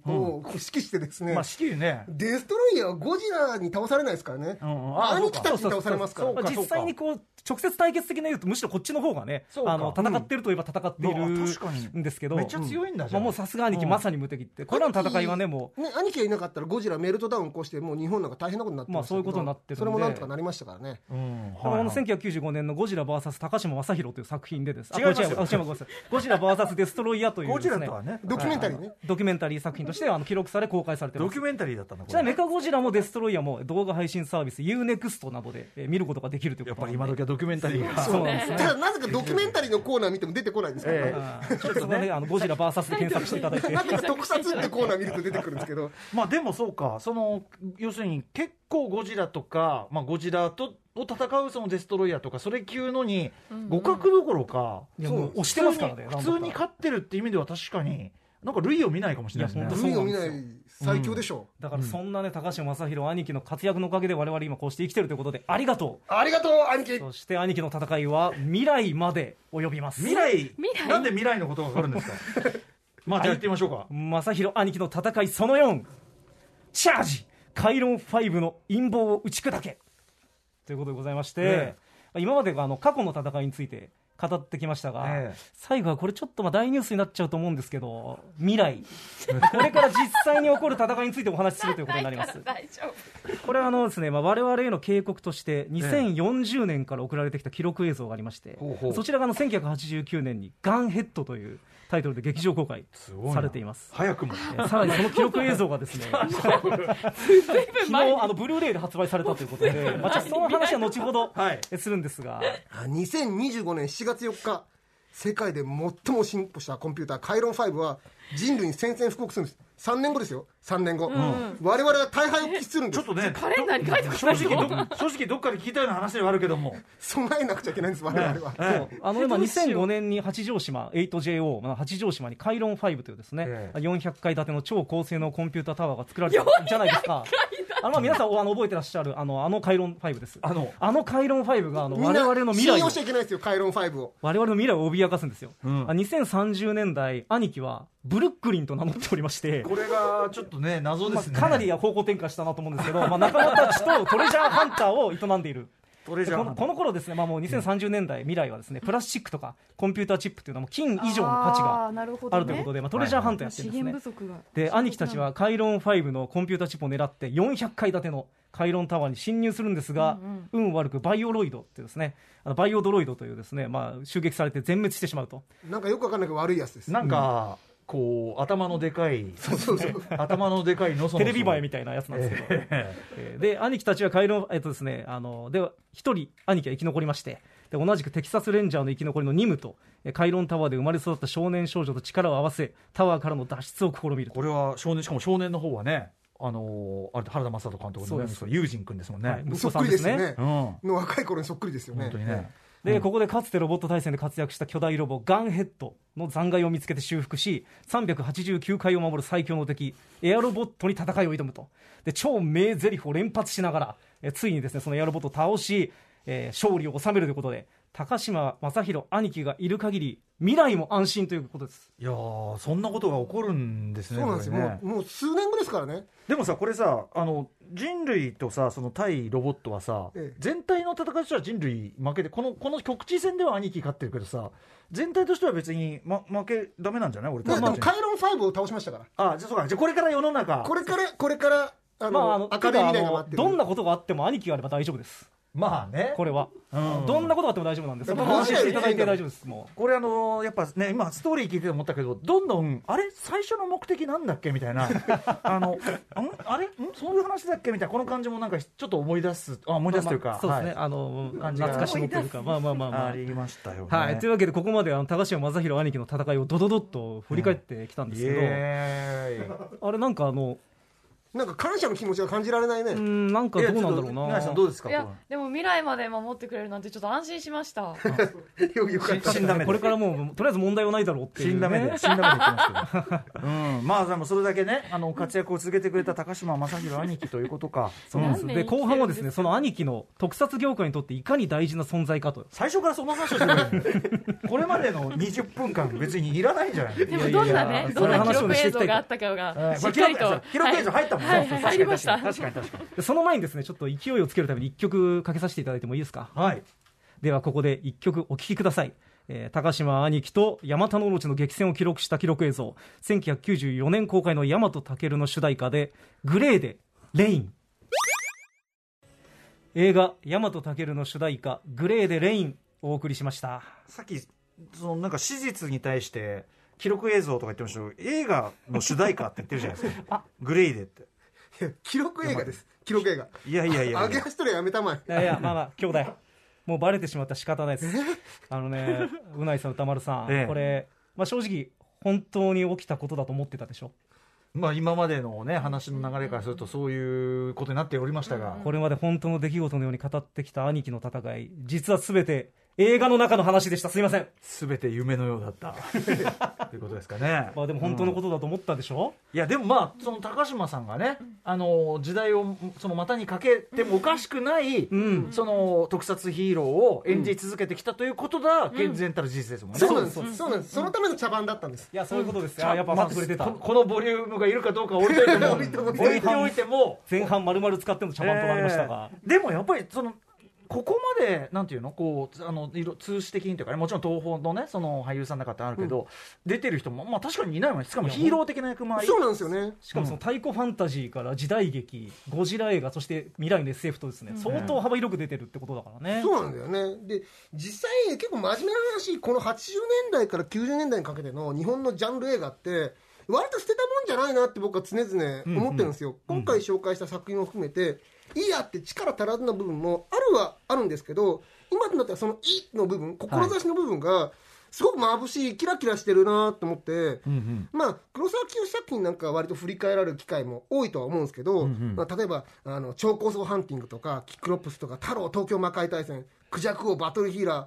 Speaker 4: X3 を指揮してですね、
Speaker 2: まあ至急ね
Speaker 4: デストロイヤーはゴジラに倒されないですからね、
Speaker 2: うんうんあ
Speaker 4: 兄貴たちに倒されますから
Speaker 2: そうか
Speaker 5: まあ実際にこう直接対決的な言うとむしろこっちの方がね
Speaker 2: そうか
Speaker 5: あの戦ってるといえば戦っている
Speaker 2: うんまあ確かに
Speaker 5: んですけど
Speaker 2: めっちゃ強いんだじゃ
Speaker 5: ま
Speaker 2: ん
Speaker 5: あもうさすが兄貴
Speaker 2: うん
Speaker 5: まさに無敵ってこれらの戦いはねも
Speaker 4: ね兄貴がいなかったらゴジラメルトダウン起こしてもう日本なんか大変なことになって
Speaker 5: まあ
Speaker 4: したけど
Speaker 5: そういうことになってるんで
Speaker 4: それもなんとかなりましたからね
Speaker 2: うん
Speaker 5: うあの
Speaker 2: はいはい
Speaker 5: 1995年の「ゴジラ VS 高島正宏」という作品でです
Speaker 2: 違いますよ
Speaker 5: あこれ違うあ違うごめんなさいゴジラ VS デストロイヤーという
Speaker 2: ゴ
Speaker 5: で
Speaker 2: ジ
Speaker 5: す
Speaker 2: ラ
Speaker 5: ね
Speaker 2: とはね
Speaker 4: ドキュメンタリーね、
Speaker 5: ドキュメンタリー作品としてあの記録され公開されてま
Speaker 2: ド
Speaker 5: す
Speaker 2: キュメンタリーだったんだこ
Speaker 5: ちなみに
Speaker 2: れ
Speaker 5: メカゴジラもデストロイヤーも動画配信サービス UNEXT などでえー見ることができるという
Speaker 2: や
Speaker 5: こ
Speaker 2: っ
Speaker 5: と
Speaker 2: ぱ
Speaker 5: な
Speaker 2: り今
Speaker 5: んで
Speaker 2: 時はドキュメンタリーが
Speaker 5: そうなんですね
Speaker 4: ただなぜかドキュメンタリーのコーナー見ても出てこないんですけど、ね
Speaker 2: え
Speaker 5: うんちょっとねあのゴジラ VS で検索していただいて
Speaker 4: なぜか特撮ってコーナー見ると出てくるんですけど
Speaker 2: まあでもそうかその要するに結構ゴジラとか、まあ、ゴジラとを戦うそのデストロイヤーとかそれ級のに互角どころか、
Speaker 5: いやもう押してますからね
Speaker 2: 普通に普通に勝ってるって意味では確かになんか類を見ないかもしれないです
Speaker 5: いや
Speaker 2: ね
Speaker 5: 本
Speaker 4: 海を見ない最強でしょ
Speaker 5: だからそんなね、高島正宏兄貴の活躍のおかげで我々今こうして生きてるということでありがと
Speaker 4: う、ありがとう兄貴
Speaker 5: うそして兄貴の戦いは未来まで及びます
Speaker 2: 未来
Speaker 3: 来
Speaker 2: なんで未来のことがかかるんですかまあじゃあ行ってみましょうか
Speaker 5: 正宏兄貴の戦いその4チャージカイロン5の陰謀を打ち砕けということでございまして、
Speaker 2: え
Speaker 5: 今までがあの過去の戦いについて語ってきましたが、
Speaker 2: ええ
Speaker 5: 最後はこれちょっとまあ大ニュースになっちゃうと思うんですけど未来 これから実際に起こる戦いについてお話しするということにな ります
Speaker 3: 大丈夫
Speaker 5: これはあのですね、まあ、我々への警告として2040年から送られてきた記録映像がありまして、
Speaker 2: ほうほう
Speaker 5: そちらがあの1989年に「ガンヘッド」というタイトルで劇場公開
Speaker 2: すごいな
Speaker 5: されています
Speaker 2: 早くも
Speaker 5: えさらにその記録映像が ですね昨日あのブルーレイで発売されたというこ とで、まあ、ちょっとその話は後ほど
Speaker 2: はい
Speaker 5: えするんですが、
Speaker 4: あ2025年7月4日世界で最も進歩したコンピューターカイロン5は人類に宣戦布告するんです3年後ですよ3年後、我々は大敗を喫するんで
Speaker 2: ちょ
Speaker 4: す
Speaker 2: っとね
Speaker 3: カレンダーに書いて
Speaker 2: 正直ど正直どっかで聞いたような話ではあるけども
Speaker 4: 備えなくちゃいけないんです我々は、
Speaker 5: あの今2005年に八丈島 8JO、まあ、八丈島にカイロン5というですね、
Speaker 2: ええ
Speaker 5: 400階建ての超高性能コンピュータータワーが作られたじゃないですかあのまあ皆さんおあの覚えてらっしゃるあのあのカイロン5です
Speaker 2: あの
Speaker 5: あのカイロン5があの
Speaker 4: みん
Speaker 5: 我
Speaker 4: な
Speaker 5: 々の未
Speaker 4: 信
Speaker 5: 来
Speaker 4: 用
Speaker 5: を
Speaker 4: しちゃいけないですよカイロン5を
Speaker 5: 我々の未来を脅かすんですよ、
Speaker 2: ん
Speaker 5: あ2030年代兄貴はブルックリンと名乗っておりまして
Speaker 2: これがちょっとね謎で
Speaker 5: まあ
Speaker 2: すね、
Speaker 5: かなり方向転換したなと思うんですけど、まあ、仲間たちとトレジャーハンターを営んでいる
Speaker 2: トレジャーハンター
Speaker 5: でこのこの頃ですね、まあ、もう2030年代未来はですねプラスチックとかコンピューターチップというのはもう金以上の価値が
Speaker 3: あーなるほどね
Speaker 5: あるということで、まあ、トレジャーハンターやってる
Speaker 3: 資
Speaker 5: んですね、
Speaker 3: 源不足が
Speaker 5: で兄貴たちはカイロン5のコンピューターチップを狙って400階建てのカイロンタワーに侵入するんですが、運悪くバイオロイドっていうですねあのバイオドロイドというですね、まあ、襲撃されて全滅してしまうと
Speaker 4: なんかよくわかんないけど悪いやつです
Speaker 2: なんか、こう頭のでかい
Speaker 4: そうそう
Speaker 2: 頭のでかいのその
Speaker 5: テレビ映えみたいなやつなんですけど、えーで兄貴たちはカイロンえっとですねあので一人兄貴は生き残りましてで同じくテキサスレンジャーの生き残りのニムとえーカイロンタワーで生まれ育った少年少女と力を合わせタワーからの脱出を試みると
Speaker 2: これは少年しかも少年の方はねあのーあれ原田雅人監督
Speaker 5: そ
Speaker 2: の
Speaker 5: う
Speaker 2: ね
Speaker 5: です
Speaker 2: 息子友人君ですもんね、
Speaker 5: はい
Speaker 2: うん
Speaker 5: 息
Speaker 4: そ
Speaker 5: 子
Speaker 4: っ
Speaker 5: さ
Speaker 4: く
Speaker 5: ん
Speaker 4: り
Speaker 5: で
Speaker 4: ですすよ
Speaker 5: ね
Speaker 4: ね
Speaker 2: 本
Speaker 4: の若い頃にそっくりですよね
Speaker 2: 当にね、
Speaker 5: で、ここでかつてロボット対戦で活躍した巨大ロボガンヘッドの残骸を見つけて修復し389回を守る最強の敵エアロボットに戦いを挑むとで超名台詞を連発しながらえついにですねそのエアロボットを倒し、えー勝利を収めるということで高島正宏兄貴がいる限り未来も安心ということです
Speaker 2: いやーそんなことが起こるんですね
Speaker 4: そうなんですよ、
Speaker 2: これね
Speaker 4: もうもう数年後ですからね
Speaker 2: でもさこれさあの人類とさその対ロボットはさ、
Speaker 4: ええ
Speaker 2: 全体の戦いとしては人類負けてこのこの局地戦では兄貴勝ってるけどさ全体としては別に、ま、負けダメなんじゃない俺
Speaker 4: で
Speaker 2: たち
Speaker 4: でもカイロン5を倒しましたから
Speaker 2: あじゃあそうかじゃあこれから世の中
Speaker 4: これからこれからあの、
Speaker 5: まああの
Speaker 4: 明るい未来が待ってる
Speaker 5: てかあのどんなことがあっても兄貴があれば大丈夫です
Speaker 2: まあね
Speaker 5: これは、
Speaker 2: うん
Speaker 5: どんなことがあっても大丈夫なんです
Speaker 4: だ
Speaker 5: よ
Speaker 4: から
Speaker 5: 安心していただいて大丈夫ですもう
Speaker 2: これあのーやっぱね今ストーリー聞いてて思ったけどどんどんあれ最初の目的なんだっけみたいな あのんあれんそういう話だっけみたいなこの感じもなんかちょっと思い出すあ思い出すというか、
Speaker 5: そうですね、
Speaker 2: はい
Speaker 5: あの
Speaker 2: 感じが
Speaker 5: 懐かしのというかまあまあまあまあ
Speaker 2: ありましたよね
Speaker 5: はい、というわけでここまであの高島正宏兄貴の戦いをドドドッと振り返ってきたんです
Speaker 2: イ
Speaker 5: けど、
Speaker 2: エーイ
Speaker 5: あれなんかあの
Speaker 4: なんか感謝の気持ちが感じられないね、
Speaker 5: うーんなんかどうなんだ
Speaker 2: いや
Speaker 5: ろう
Speaker 2: ちょっと皆さん
Speaker 5: な
Speaker 2: どうですか
Speaker 7: いやでも未来まで守ってくれるなんてちょっと安心し ました
Speaker 4: よくよかっ た
Speaker 2: 死んだ目で
Speaker 5: これからもうとりあえず問題はないだろうってい
Speaker 2: 死
Speaker 5: う、ね、
Speaker 2: んだ目で、死んだ目で言ってますけど。うん。まあ、でもそれだけね、あの、活躍を続けてくれた高島正宏兄貴ということか。
Speaker 5: そうなんです
Speaker 7: 何
Speaker 5: で
Speaker 7: 年生きてるんですか
Speaker 5: 後半はですねその兄貴の特撮業界にとっていかに大事な存在かと
Speaker 2: 最初からその話をしてくれ るこれまでの20分間、別にいらないんじゃない
Speaker 7: でもどんなね
Speaker 5: いやいや
Speaker 7: どん
Speaker 5: その
Speaker 7: な記
Speaker 5: 話を
Speaker 7: 録
Speaker 5: ねして
Speaker 7: 映
Speaker 5: いきたい
Speaker 7: 像があったかがし
Speaker 2: ま
Speaker 7: っ
Speaker 2: あ
Speaker 7: かりと
Speaker 2: 記録映像入ったもんね、
Speaker 7: はいはい
Speaker 2: 確か
Speaker 7: 入
Speaker 2: に
Speaker 7: りました
Speaker 2: 確かに確かに
Speaker 5: でその前にですねちょっと勢いをつけるために1曲かけさせていただいてもいいですか
Speaker 2: はい
Speaker 5: ではここで1曲お聴きください、えー高島兄貴とヤマタノオロチの激戦を記録した記録映像1994年公開の「ヤマトタケル」の主題歌で「グレーでレイン」映画「ヤマトタケル」の主題歌「グレーでレイン」お送りしました
Speaker 2: さっきそのなんか史実に対して記録映像とか言ってましたけど映画の主題歌って言ってるじゃない ですかグレイでって
Speaker 4: 記録映画です記録映画
Speaker 2: いやいやいや
Speaker 4: 揚げ足取りやめたまえ
Speaker 5: いやいや まあまあ兄弟もうバレてしまったら仕方ないですあのねうないさん歌丸さん、
Speaker 2: ええ
Speaker 5: これ、まあ、正直本当に起きたことだと思ってたでしょ
Speaker 2: まあ今までのね話の流れからするとそういうことになっておりましたが、
Speaker 5: これまで本当の出来事のように語ってきた兄貴の戦い実は全て映画の中の話でしたすいません、
Speaker 2: すべて夢のようだったということですかね。
Speaker 5: まあ、でも本当のことだと思ったでしょ、
Speaker 2: いやでもまあその高島さんがね、あの時代をその股にかけてもおかしくない、
Speaker 5: ん
Speaker 2: その特撮ヒーローを演じ続けてきたということが健全たる事実ですもんね。
Speaker 4: そうなんですそうなんですそのための茶番だったんです
Speaker 5: いやそういうことですよ、あやっぱ話触れてた
Speaker 2: このこのボリュームがいるかどうか は置いといても置いておいても
Speaker 5: 前半丸々使っての茶番となりましたが、
Speaker 2: えーでもやっぱりそのここまでなんていうのこうあのいろ通詞的にというかねもちろん東宝のねその俳優さんの方ってあるけど、出てる人もまあ確かにいないもんねしかもヒーロー的な役回り
Speaker 4: そうなんですよね
Speaker 5: しかもその太鼓ファンタジーから時代劇、ゴジラ映画、そして未来の SF とですね、相当幅広く出てるってことだからね。
Speaker 4: そうなんだよねで実際結構真面目な話この80年代から90年代にかけての日本のジャンル映画って割と捨てたもんじゃないなって僕は常々思ってるんですよ、今回紹介した作品を含めて、いいやって力足らずな部分もあるはあるんですけど今となってはその「い」の部分志の部分がすごく眩しいキラキラしてるなと思って、まあ、黒沢清作品なんかは割と振り返られる機会も多いとは思うんですけど、まあ、例えばあの超高層ハンティングとかキックロップスとか太郎東京魔界大戦クジャク王バトルヒーラー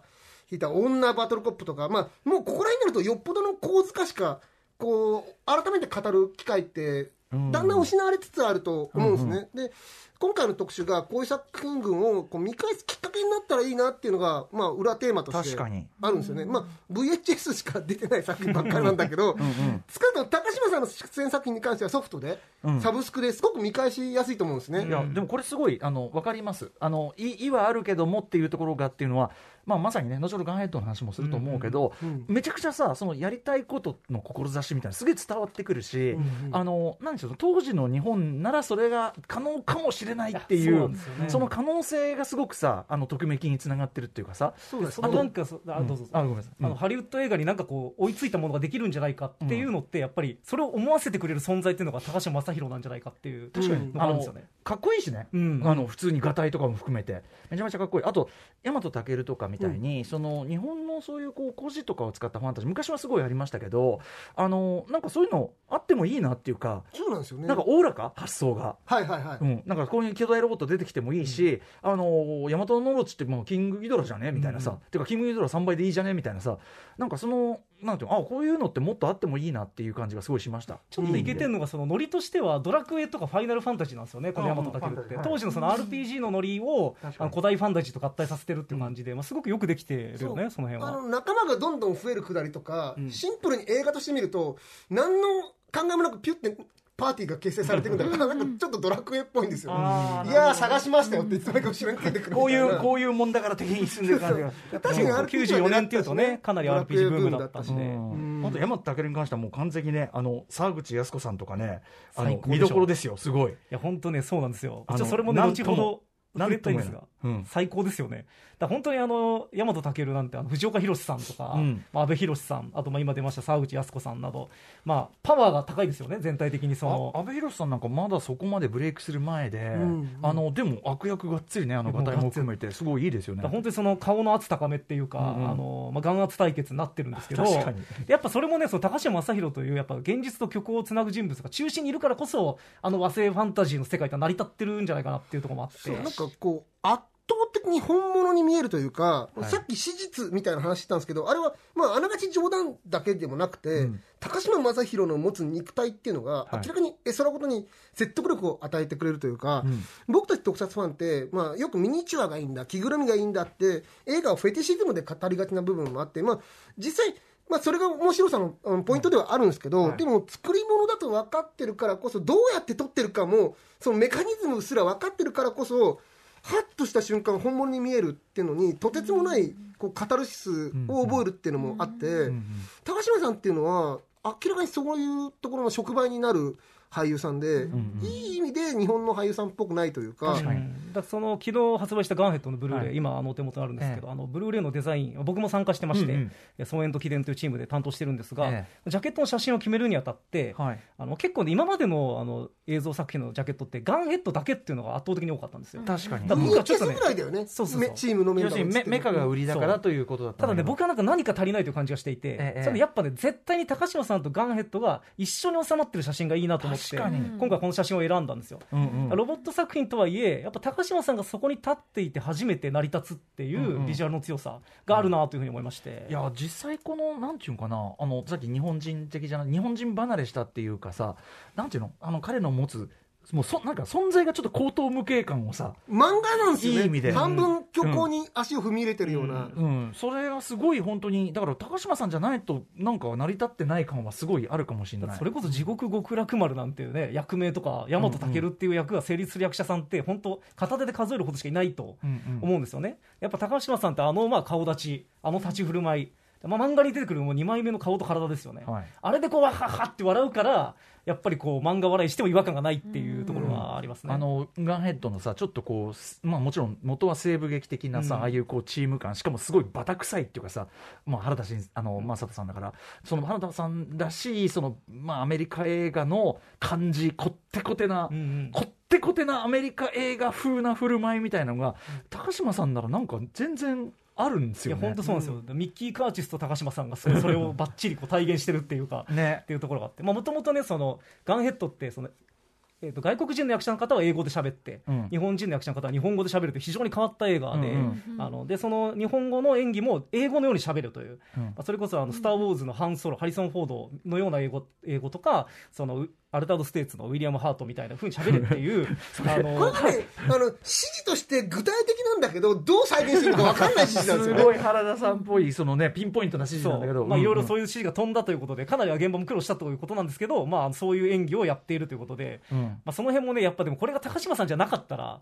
Speaker 4: 引いた女バトルコップとか、まあ、もうここら辺になるとよっぽどの構図化しかこう改めて語る機会ってだんだん失われつつあると思うんですね。で今回の特集がこういう作品群をこう見返すきっかけになったらいいなっていうのが、まあ、裏テーマとして
Speaker 2: 確かに
Speaker 4: あるんですよね、まあ、VHS しか出てない作品ばっかりなんだけど、少なくとも高島さんの出演作品に関してはソフトで、サブスクですごく見返しやすいと思うんですね。
Speaker 2: いや、でもこれすごいあの分かりますあのい、意はあるけどもっていうところがっていうのは、まあ、まさにね、後ほどガンヘッドの話もすると思うけど、めちゃくちゃさ、そのやりたいことの志みたいな、すげえ伝わってくるし、あのなんでしょう、当時の日本ならそれが可能かもしれないってい
Speaker 5: いやそう
Speaker 2: う、
Speaker 5: なんですよね
Speaker 2: その可能性がすごくさ、あのときめきにつながってるっていうかさ、
Speaker 4: そうです
Speaker 5: そのなんかそあどうぞ、
Speaker 2: あごめんなさいうん
Speaker 5: あのハリウッド映画になんかこう追いついたものができるんじゃないかっていうのって、やっぱりそれを思わせてくれる存在っていうのが高橋正宏なんじゃないかっていう
Speaker 4: 確かに
Speaker 5: のが
Speaker 2: あ
Speaker 5: あるんですよ
Speaker 2: の
Speaker 5: ね。
Speaker 2: かっこいいしね、
Speaker 5: うん
Speaker 2: あの普通にガタイとかも含めてめちゃめちゃかっこいいあと大和健とかみたいに、その日本のそういうこう孤児とかを使ったファンタジー昔はすごいありましたけどあのなんかそういうのあってもいいなっていうか、
Speaker 4: そうなんですよね
Speaker 2: なんかおおらか発想が。
Speaker 4: はいはいはい、
Speaker 2: うん、なんかこういう巨大ロボット出てきてもいいし、あのー大和のノロチってもうキングギドラじゃねみたいなさ、てかキングギドラ3倍でいいじゃねみたいなさなんかそのなんていうのあこういうのってもっとあってもいいなっていう感じがすごいしました
Speaker 5: ちょっといけて
Speaker 2: ん
Speaker 5: んのがそのノリとしてはドラクエとかファイナルファンタジーなんですよねこの山
Speaker 4: う
Speaker 5: 本
Speaker 4: んうんファン
Speaker 5: 健って
Speaker 4: タジーはい
Speaker 5: 当時のその RPG のノリを
Speaker 2: 確か
Speaker 5: あ
Speaker 2: に
Speaker 5: の古代ファンタジーと合体させてるっていう感じで、まあ、すごくよくできてるよね
Speaker 4: う
Speaker 5: その辺
Speaker 4: あ
Speaker 5: は
Speaker 4: の仲間がどんどん増えるくだりとか、シンプルに映画として見ると何の考えもなくピュッてパーティーが結成されてるんだけどなんかちょっとドラクエっぽいんですよねいやー探しましたよっていつの間にか後ろに出てくるみた
Speaker 2: こうい
Speaker 4: な
Speaker 2: うこういうもんだから敵に進んでる 感じが
Speaker 4: 確かに RPG は
Speaker 5: 94年っていうとねかなり RPG ブームだったし
Speaker 2: う
Speaker 5: ね。
Speaker 2: んあと山田健に関してはもう完全にねあの沢口靖子さんとかねあ
Speaker 5: 最
Speaker 2: の
Speaker 5: 高で
Speaker 2: 見
Speaker 5: しょ
Speaker 2: どころですよすごい
Speaker 5: いや、本当ね、そうなんですよ。
Speaker 2: あの
Speaker 5: ちょそれもね、
Speaker 2: なんと
Speaker 5: 後
Speaker 2: も
Speaker 5: ほど触れたいんですが、
Speaker 2: なんともやなうん
Speaker 5: 最高ですよね。だから本当にあの、大和健なんて、あの藤岡弘さんとか、
Speaker 2: うん
Speaker 5: まあ、安倍博さん、あとまあ今出ました沢口靖子さんなど、まあ、パワーが高いですよね、全体的にそ
Speaker 2: あ
Speaker 5: の。
Speaker 2: 阿部寛さんなんかまだそこまでブレイクする前で、
Speaker 4: ん
Speaker 2: あのでも悪役がっつりねあの
Speaker 5: もう
Speaker 2: ガタイも含めてすごいいいですよね
Speaker 5: だから本当にその顔の圧高めっていうか、
Speaker 2: うんうん
Speaker 5: あのまあ、眼圧対決になってるんですけど、
Speaker 2: 確かに
Speaker 5: やっぱそれもね、その高橋正宏という、やっぱ現実と曲をつなぐ人物が中心にいるからこそ、あの和製ファンタジーの世界って成り立ってるんじゃないかなっていうところもあって、
Speaker 4: そうなんかこう圧倒的に本物に見えるというか、さっき史実みたいな話したんですけどあれは、まあ、あながち冗談だけでもなくて、高島正宏の持つ肉体っていうのが、
Speaker 2: い
Speaker 4: 明らかに絵空事に説得力を与えてくれるというか、僕たち特撮ファンって、まあ、よくミニチュアがいいんだ着ぐるみがいいんだって映画をフェティシズムで語りがちな部分もあって、まあ、実際まあ、それが面白さのあのポイントではあるんですけど、でも作り物だと分かってるからこそどうやって撮ってるかもそのメカニズムすら分かってるからこそハッとした瞬間本物に見えるっていうのにとてつもないこうカタルシスを覚えるっていうのもあって、高島さんっていうのは明らかにそういうところの触媒になる俳優さんで、いい意味で日本の俳優さんっぽくないというか
Speaker 2: 確かに
Speaker 5: うんだからその昨日発売したガンヘッドのブルーレイ、
Speaker 2: はい
Speaker 5: 今、あのお手元にあるんですけど、あのブルーレイのデザイン、僕も参加してまして、
Speaker 2: うんうん
Speaker 5: いや総演と記念というチームで担当してるんですが、
Speaker 2: え
Speaker 5: ジャケットの写真を決めるにあたって、
Speaker 2: はい
Speaker 5: あの結構ね、今までのあの映像作品のジャケットって、ガンヘッドだけっていうのが圧倒的に多かったんですよ。
Speaker 2: 確かに
Speaker 5: だから僕はちょっと
Speaker 4: VHS
Speaker 5: ね
Speaker 4: ぐらいだよね
Speaker 5: そうそうそう
Speaker 4: めチームのメン
Speaker 2: 要
Speaker 4: バ
Speaker 2: す
Speaker 4: ー
Speaker 2: る
Speaker 4: が
Speaker 2: にメメカが売りだから
Speaker 5: そう
Speaker 2: ということだった
Speaker 5: ただね、
Speaker 2: 僕
Speaker 5: 僕はなんか何か足りないという感じがしていて、
Speaker 2: ええ
Speaker 5: それでやっぱね、絶対に高島さんとガンヘッドが一緒に収まってる写真がいいなと思って、
Speaker 2: 確かに
Speaker 5: 今回この写真を選んだんですよ。
Speaker 2: うんうん
Speaker 5: ロボット作品とはいえ、やっぱ高島さんがそこに立っていて初めて成り立つってい
Speaker 2: んう
Speaker 5: うんビジュアルの強さがあるなというふうに思いまして。
Speaker 2: いや実際このなんていうんかなあのさっき日本人的じゃない日本人離れしたっていうかさなんていうのあの彼の持つもうそなんか存在がちょっと高等無形感をさ、
Speaker 4: 漫画なんですよね
Speaker 2: いい意味で
Speaker 4: 半分虚構に足を踏み入れてるような、
Speaker 2: うん、それがすごい本当にだから高島さんじゃないとなんか成り立ってない感はすごいあるかもしれない
Speaker 5: それこそ地獄極楽丸なんていうね役名とか大和健っていう役が成立する役者さんって本当片手で数えるほどしかいないと
Speaker 2: うんうん
Speaker 5: 思うんですよねやっぱ高島さんってあのまあ顔立ちあの立ち振る舞い、まあ、漫画に出てくるもう2枚目の顔と体ですよね、
Speaker 2: はい
Speaker 5: あれでこうわははって笑うからやっぱりこう漫画笑いしても違和感がないっていうところはありますね、
Speaker 2: あのガンヘッドのさちょっとこうす、まあ、もちろん元は西部劇的なさ、
Speaker 5: うん
Speaker 2: ああいうこうチーム感しかもすごいバタ臭いっていうかさ、まあ、原田真あの正人さんだからその原田さんらしいその、まあ、アメリカ映画の感じこってこてな、
Speaker 5: うんうん
Speaker 2: こってこてなアメリカ映画風な振る舞いみたいなのが、高島さんならなんか全然あるんです
Speaker 5: いや
Speaker 2: よね。
Speaker 5: 本当そうなんですよ、ミッキー・カーチスと高島さんがすごいそれをばっちりこう体現してるっていうか、
Speaker 2: ね
Speaker 5: っていうところがあってもともとねそのガンヘッドってその、えー、と外国人の役者の方は英語で喋って、
Speaker 2: うん
Speaker 5: 日本人の役者の方は日本語で喋るという非常に変わった映画で、
Speaker 2: うん
Speaker 5: あのでその日本語の演技も英語のように喋るという、
Speaker 2: うん
Speaker 5: まあ、それこそあの「スター・ウォーズ」のハン・ソロハリソン・フォードのような英語英語とかそのうアルタード・ステーツのウィリアム・ハートみたいなふうに喋るって いうあの
Speaker 4: これがね、あの指示として具体的なんだけど、どう再現していいのか分かんない指示なんで
Speaker 2: す
Speaker 4: すよね。
Speaker 2: ごい原田さんっぽいそのねピンポイントな指示
Speaker 5: そ
Speaker 2: なんだけど
Speaker 5: うまあ、いろいろそう
Speaker 2: いう
Speaker 5: いう指示が飛んだということで、かなりは現場も苦労したということなんですけど、まあ、そういう演技をやっているということで、
Speaker 2: ん、うん
Speaker 5: まあ、その辺もね、やっぱでもこれが高島さんじゃなかったら、